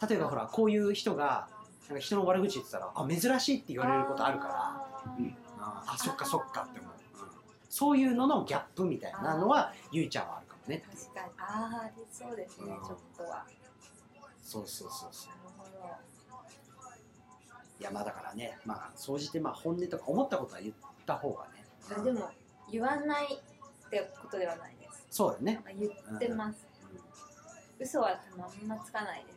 [SPEAKER 1] ある例えばほらこういう人がなんか人の悪口言ってたらあ珍しいって言
[SPEAKER 2] 言
[SPEAKER 1] われることあるからああそっかそっかって思う、うんそういうののギャップみたいなのはゆいちゃんはあるかもねって
[SPEAKER 2] 確かにああそうですね、
[SPEAKER 1] うん
[SPEAKER 2] ちょっとは
[SPEAKER 1] そうそうそうそ
[SPEAKER 2] な
[SPEAKER 1] う
[SPEAKER 2] るほど
[SPEAKER 1] いやまあだからねまあ総じてまあ本音とか思ったことは言った方がね、
[SPEAKER 2] あでも言わないってことではないです
[SPEAKER 1] そうだよね、
[SPEAKER 2] なんか言ってます、
[SPEAKER 1] うん、
[SPEAKER 2] 嘘はまんまつかないです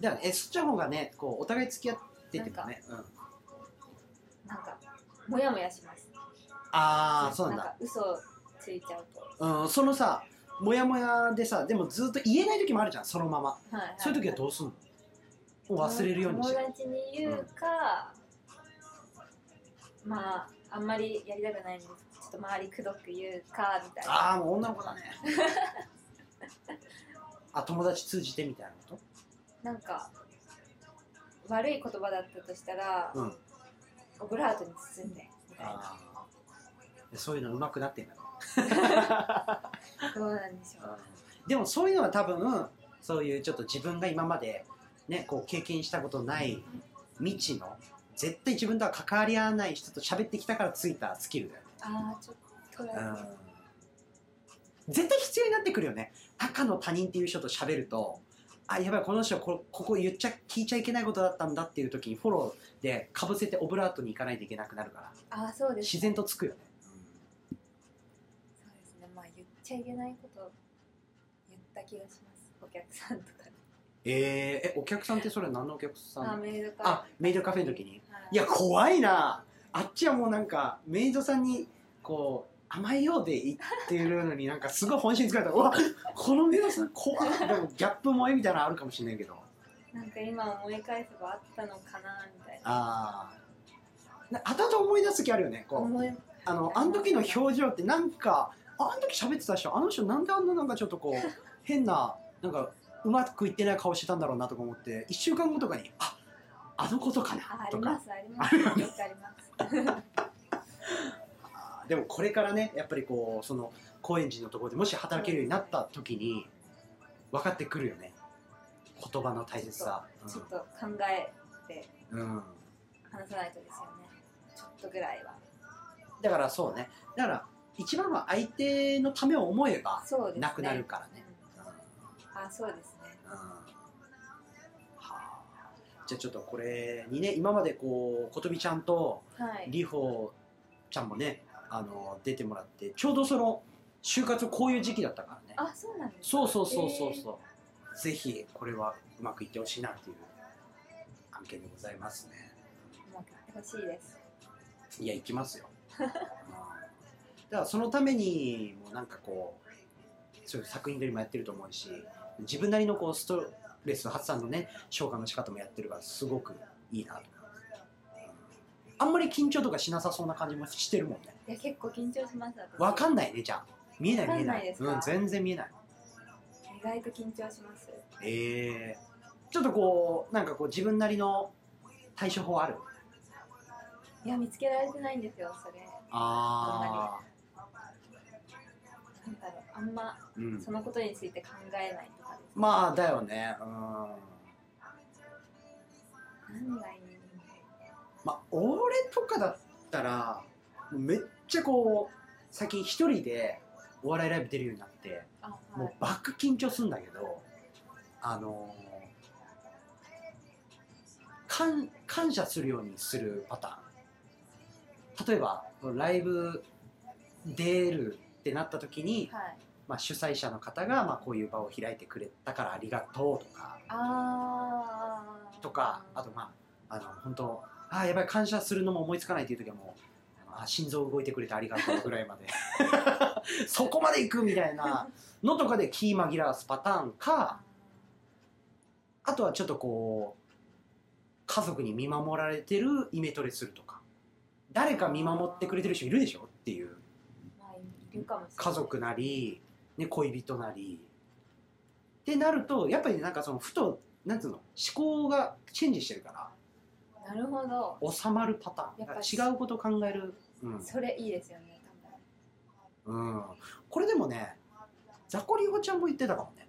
[SPEAKER 1] だからねそっちの方がねこうお互い付き合っててもね、うん、
[SPEAKER 2] なんかモヤモヤします
[SPEAKER 1] ああそうなん
[SPEAKER 2] なん
[SPEAKER 1] だ
[SPEAKER 2] か嘘ついちゃうと
[SPEAKER 1] うん、そのさモヤモヤでさでもずっと言えない時もあるじゃんそのまま
[SPEAKER 2] はいはい、
[SPEAKER 1] そういう時はどうすんの忘れるようにして
[SPEAKER 2] 友達に言うか、まああんまりやりたくないんでちょっと周りくどく言うかみたいな
[SPEAKER 1] ああもう女の子だね あ友達通じてみたいなこ
[SPEAKER 2] なんか悪い言葉だったとしたら、
[SPEAKER 1] とうん
[SPEAKER 2] オブラートに包んでみたいな
[SPEAKER 1] あーそういうの上手くなってんだね
[SPEAKER 2] どうなんでしょう
[SPEAKER 1] でもそういうのは多分そういうちょっと自分が今までねこう経験したことない未知の絶対自分とは関わり合わない人と喋ってきたからついたスキルだよね
[SPEAKER 2] ああちょっとだけ
[SPEAKER 1] 絶対必要になってくるよね赤の他人っていう人と喋るとあやばいこの人こここ言っちゃ聞いちゃいけないことだったんだっていう時にフォローでかぶせてオブラートに行かないといけなくなるから
[SPEAKER 2] ああそうです
[SPEAKER 1] 自然とつくよね、
[SPEAKER 2] そうですねまあ言っちゃいけないこと言った気がしますお客さんとか
[SPEAKER 1] えーえお客さんってそれは何のお客さん
[SPEAKER 2] あメイドから
[SPEAKER 1] あメイドカフェの時に
[SPEAKER 2] はい
[SPEAKER 1] や怖いなあっちはもうなんかメイドさんにこう甘いようで言ってるのになんかすごい本心疲れたうわこのメイドさん怖いでもギャップ萌えみたいなのあるかもしれないけど
[SPEAKER 2] なんか今思い返せばあったのかなみたいな
[SPEAKER 1] ああ後々思い出す時あるよねこう
[SPEAKER 2] 思い
[SPEAKER 1] あのあの時の表情ってなんかああの時喋ってた人あの人なんであんななんかちょっとこう変ななんかうまくいってない顔してたんだろうなとか思って1週間後とかにああのことか
[SPEAKER 2] あ
[SPEAKER 1] な
[SPEAKER 2] あり
[SPEAKER 1] と
[SPEAKER 2] ま
[SPEAKER 1] か
[SPEAKER 2] すありますよくあります
[SPEAKER 1] あーでもこれからねやっぱりこうその高円寺のところでもし働けるようになった時に分かってくるよね言葉の大切さ。
[SPEAKER 2] ちょっと考えて
[SPEAKER 1] うんうん
[SPEAKER 2] 話さないとですよねちょっとぐらいは
[SPEAKER 1] だからそうねだから一番は相手のためを思えば
[SPEAKER 2] そうですね
[SPEAKER 1] なくなるからね。
[SPEAKER 2] う
[SPEAKER 1] うん
[SPEAKER 2] んあそうですね
[SPEAKER 1] うんはあじゃあちょっとこれにね今までこうことみちゃんと
[SPEAKER 2] はい
[SPEAKER 1] りほちゃんもねあの出てもらってちょうどその就活こういう時期だったからね
[SPEAKER 2] あそうなんですか
[SPEAKER 1] そうそうそうそうそう、ぜひこれはうまくいってほしいなっていう案件でございますね
[SPEAKER 2] うまくいってほしいです
[SPEAKER 1] いや行きますよ うんだからそのためにもなんかこうそういう作品撮りもやってると思うし自分なりのこうストレス発散のね消化の仕方もやってるからすごくいいなと思います、うんあんまり緊張とかしなさそうな感じもしてるもんね
[SPEAKER 2] いや結構緊張します私
[SPEAKER 1] わかんないねじゃあ見えない見え
[SPEAKER 2] わかん
[SPEAKER 1] な
[SPEAKER 2] ない
[SPEAKER 1] い
[SPEAKER 2] ですか
[SPEAKER 1] うん、全然見えない
[SPEAKER 2] 意外と緊張します
[SPEAKER 1] えー、ちょっとこうなんかこう自分なりの対処法ある
[SPEAKER 2] いや見つけられてないんですよそれ
[SPEAKER 1] あ
[SPEAKER 2] なんだろうあんま
[SPEAKER 1] あ、うん
[SPEAKER 2] そ、のことについて考えないとかです
[SPEAKER 1] まあだよねうん
[SPEAKER 2] 何がいいの
[SPEAKER 1] まあ俺とかだったらめっちゃこう最近一人でお笑いライブ出るようになって
[SPEAKER 2] あは
[SPEAKER 1] もう
[SPEAKER 2] い
[SPEAKER 1] バック緊張するんだけどあのー感感謝するようにするパターン例えばライブ出るってなった時に、
[SPEAKER 2] はい
[SPEAKER 1] まあ、主催者の方が、まあ、こういう場を開いてくれたからありがとうとか
[SPEAKER 2] あー
[SPEAKER 1] とかあとまああの本当あーやばい感謝するのも思いつかないっていう時はもうあー心臓動いてくれてありがとうぐらいまでそこまで行くみたいなのとかで気紛らわすパターンかあとはちょっとこう家族に見守られてるイメトレするとか誰か見守ってくれてる人いるでしょっていう
[SPEAKER 2] まあいるかもしれない
[SPEAKER 1] 家族なり、ね、恋人なりってなるとやっぱりなんかそのふとなんつうの思考がチェンジしてるから
[SPEAKER 2] なるほど
[SPEAKER 1] 収まるパターン
[SPEAKER 2] やっぱ
[SPEAKER 1] 違うこと考える、うん
[SPEAKER 2] それいいですよね多分
[SPEAKER 1] うん、これでもねザコリホちゃんも言ってたかもね、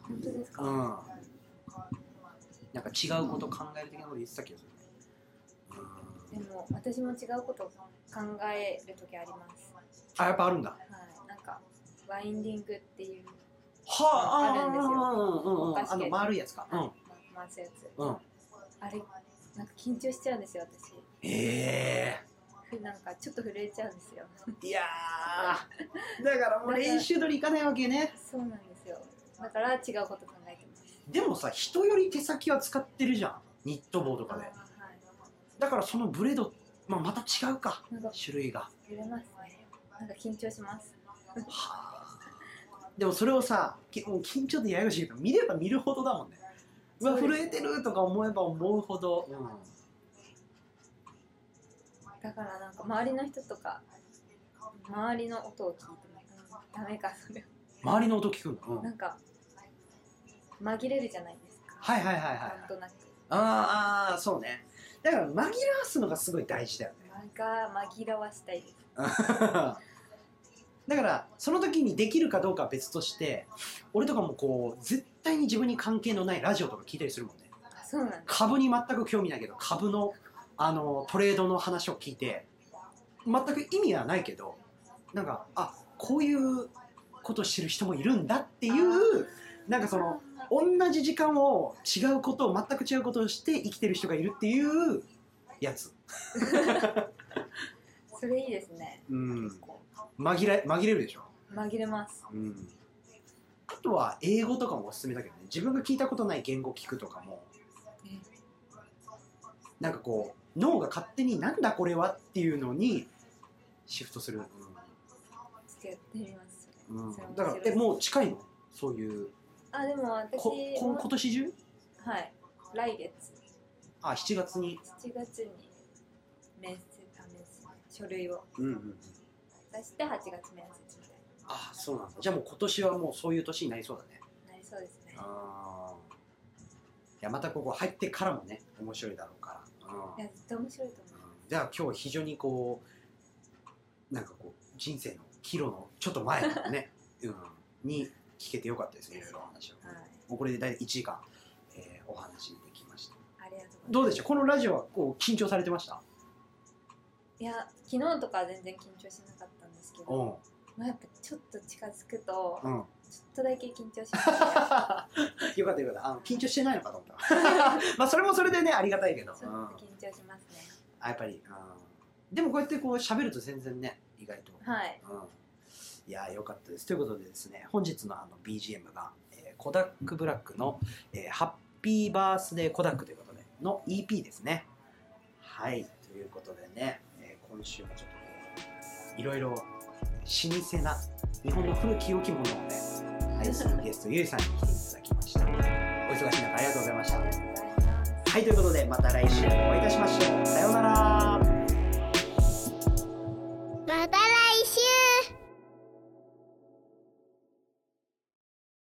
[SPEAKER 2] 本当ですか、
[SPEAKER 1] うん、なんか違うこと考える的なこと言ってた気がする、うん、
[SPEAKER 2] でも私も違うことを考える時あります
[SPEAKER 1] あやっぱあるんだ
[SPEAKER 2] はいなんかワインディングっていう
[SPEAKER 1] はあ
[SPEAKER 2] あるんですよ
[SPEAKER 1] うんうんう
[SPEAKER 2] お
[SPEAKER 1] ん、
[SPEAKER 2] 菓子
[SPEAKER 1] あの丸いやつか、うん、
[SPEAKER 2] 回すやつ、
[SPEAKER 1] うん
[SPEAKER 2] あれなんか緊張しちゃうんですよ私
[SPEAKER 1] え
[SPEAKER 2] ふなんかちょっと震えちゃうんですよ
[SPEAKER 1] えいやーだからもう練習通りいかないわけね
[SPEAKER 2] そうなんですよだから違うこと考えてます
[SPEAKER 1] でもさ人より手先は使ってるじゃんニット帽とかで
[SPEAKER 2] はい
[SPEAKER 1] だからそのブレード、まあ、また違うか
[SPEAKER 2] なんか
[SPEAKER 1] 種類が
[SPEAKER 2] 揺れますねなんか緊張します
[SPEAKER 1] はあでもそれをさきもう緊張でややこしいけど見れば見るほどだもんねうわ
[SPEAKER 2] そうで
[SPEAKER 1] 震
[SPEAKER 2] す
[SPEAKER 1] えてるとか思えば思うほど、うん
[SPEAKER 2] だからなんか周りの人とか周りの音を聞いてもうんダメかそれ
[SPEAKER 1] 周りの音聞くんだ、うん
[SPEAKER 2] なんか紛れるじゃないですか
[SPEAKER 1] はいはいはいはい
[SPEAKER 2] なんとなく
[SPEAKER 1] あーあーそうねだから紛らわすのがすごい大事だよね
[SPEAKER 2] なんか紛らわしたいです
[SPEAKER 1] だからその時にできるかどうかは別として俺とかもこう絶対に自分に関係のないラジオとか聞いたりするもんね
[SPEAKER 2] あそうなんです
[SPEAKER 1] 株に全く興味ないけど株のあのトレードの話を聞いて全く意味はないけどなんかあこういうことしてる人もいるんだっていうなんかその同じ時間を違うことを全く違うことをして生きてる人がいるっていうやつ、
[SPEAKER 2] それいいですね
[SPEAKER 1] うん、
[SPEAKER 2] こ
[SPEAKER 1] 紛れ紛れるでしょ、
[SPEAKER 2] う紛れます
[SPEAKER 1] うん、あとは英語とかもおすすめだけどね自分が聞いたことない言語聞くとかも
[SPEAKER 2] え
[SPEAKER 1] なんかこう脳が勝手になんだこれはっていうのにシフトする、
[SPEAKER 2] ちょっとやってみます
[SPEAKER 1] うんうん
[SPEAKER 2] それ面白い
[SPEAKER 1] だからえもう近いのそういう
[SPEAKER 2] あでも私
[SPEAKER 1] ここん今年中
[SPEAKER 2] はい来月
[SPEAKER 1] あ7月に、
[SPEAKER 2] 7月に面接あ面接書類を
[SPEAKER 1] うんうん、
[SPEAKER 2] 出して8月面接みたい
[SPEAKER 1] あそうなんだじゃあもう今年はもうそういう年になりそうだね
[SPEAKER 2] になりそうですね
[SPEAKER 1] あーいやまたここ入ってからもね面白いだろうから、うん
[SPEAKER 2] いや絶対面白いと思う
[SPEAKER 1] じゃあ今日非常にこうなんかこう人生の岐路のちょっと前の ね、うん、に聞けてよかったですねいろいろお話を、
[SPEAKER 2] はい
[SPEAKER 1] もうこれで大体1時間、えーお話できました
[SPEAKER 2] ありがとうございます
[SPEAKER 1] どうでしょうこのラジオはこう緊張されてました
[SPEAKER 2] いや昨日とかは全然緊張しなかったんですけど、
[SPEAKER 1] ん
[SPEAKER 2] まあ、やっぱちょっと近づくと
[SPEAKER 1] うんよ
[SPEAKER 2] ちょっとだけ緊張しま
[SPEAKER 1] か
[SPEAKER 2] す
[SPEAKER 1] ったよかったあの緊張してないのかと思った まあそれもそれでねありがたいけど、
[SPEAKER 2] ねち
[SPEAKER 1] う
[SPEAKER 2] ょ
[SPEAKER 1] ん
[SPEAKER 2] っと緊張しますね
[SPEAKER 1] あやっぱり、うん、でもこうやってこう喋ると全然ね意外と
[SPEAKER 2] はい
[SPEAKER 1] うんいやーよかったです。ということでですね、本日のあの BGM が、えコダックブラックの、えーハッピーバースデーコダックということで、の EP ですね。はい、ということでね、えー今週もちょっとこう、いろいろ老舗な、日本の古き良きものをね、愛するゲスト、ゆいさんに来ていただきました。お忙しい中、ありがとうございました。
[SPEAKER 2] りがとうございます
[SPEAKER 1] はい、ということで、また来週お会いいたしましょう。さようなら。
[SPEAKER 3] また来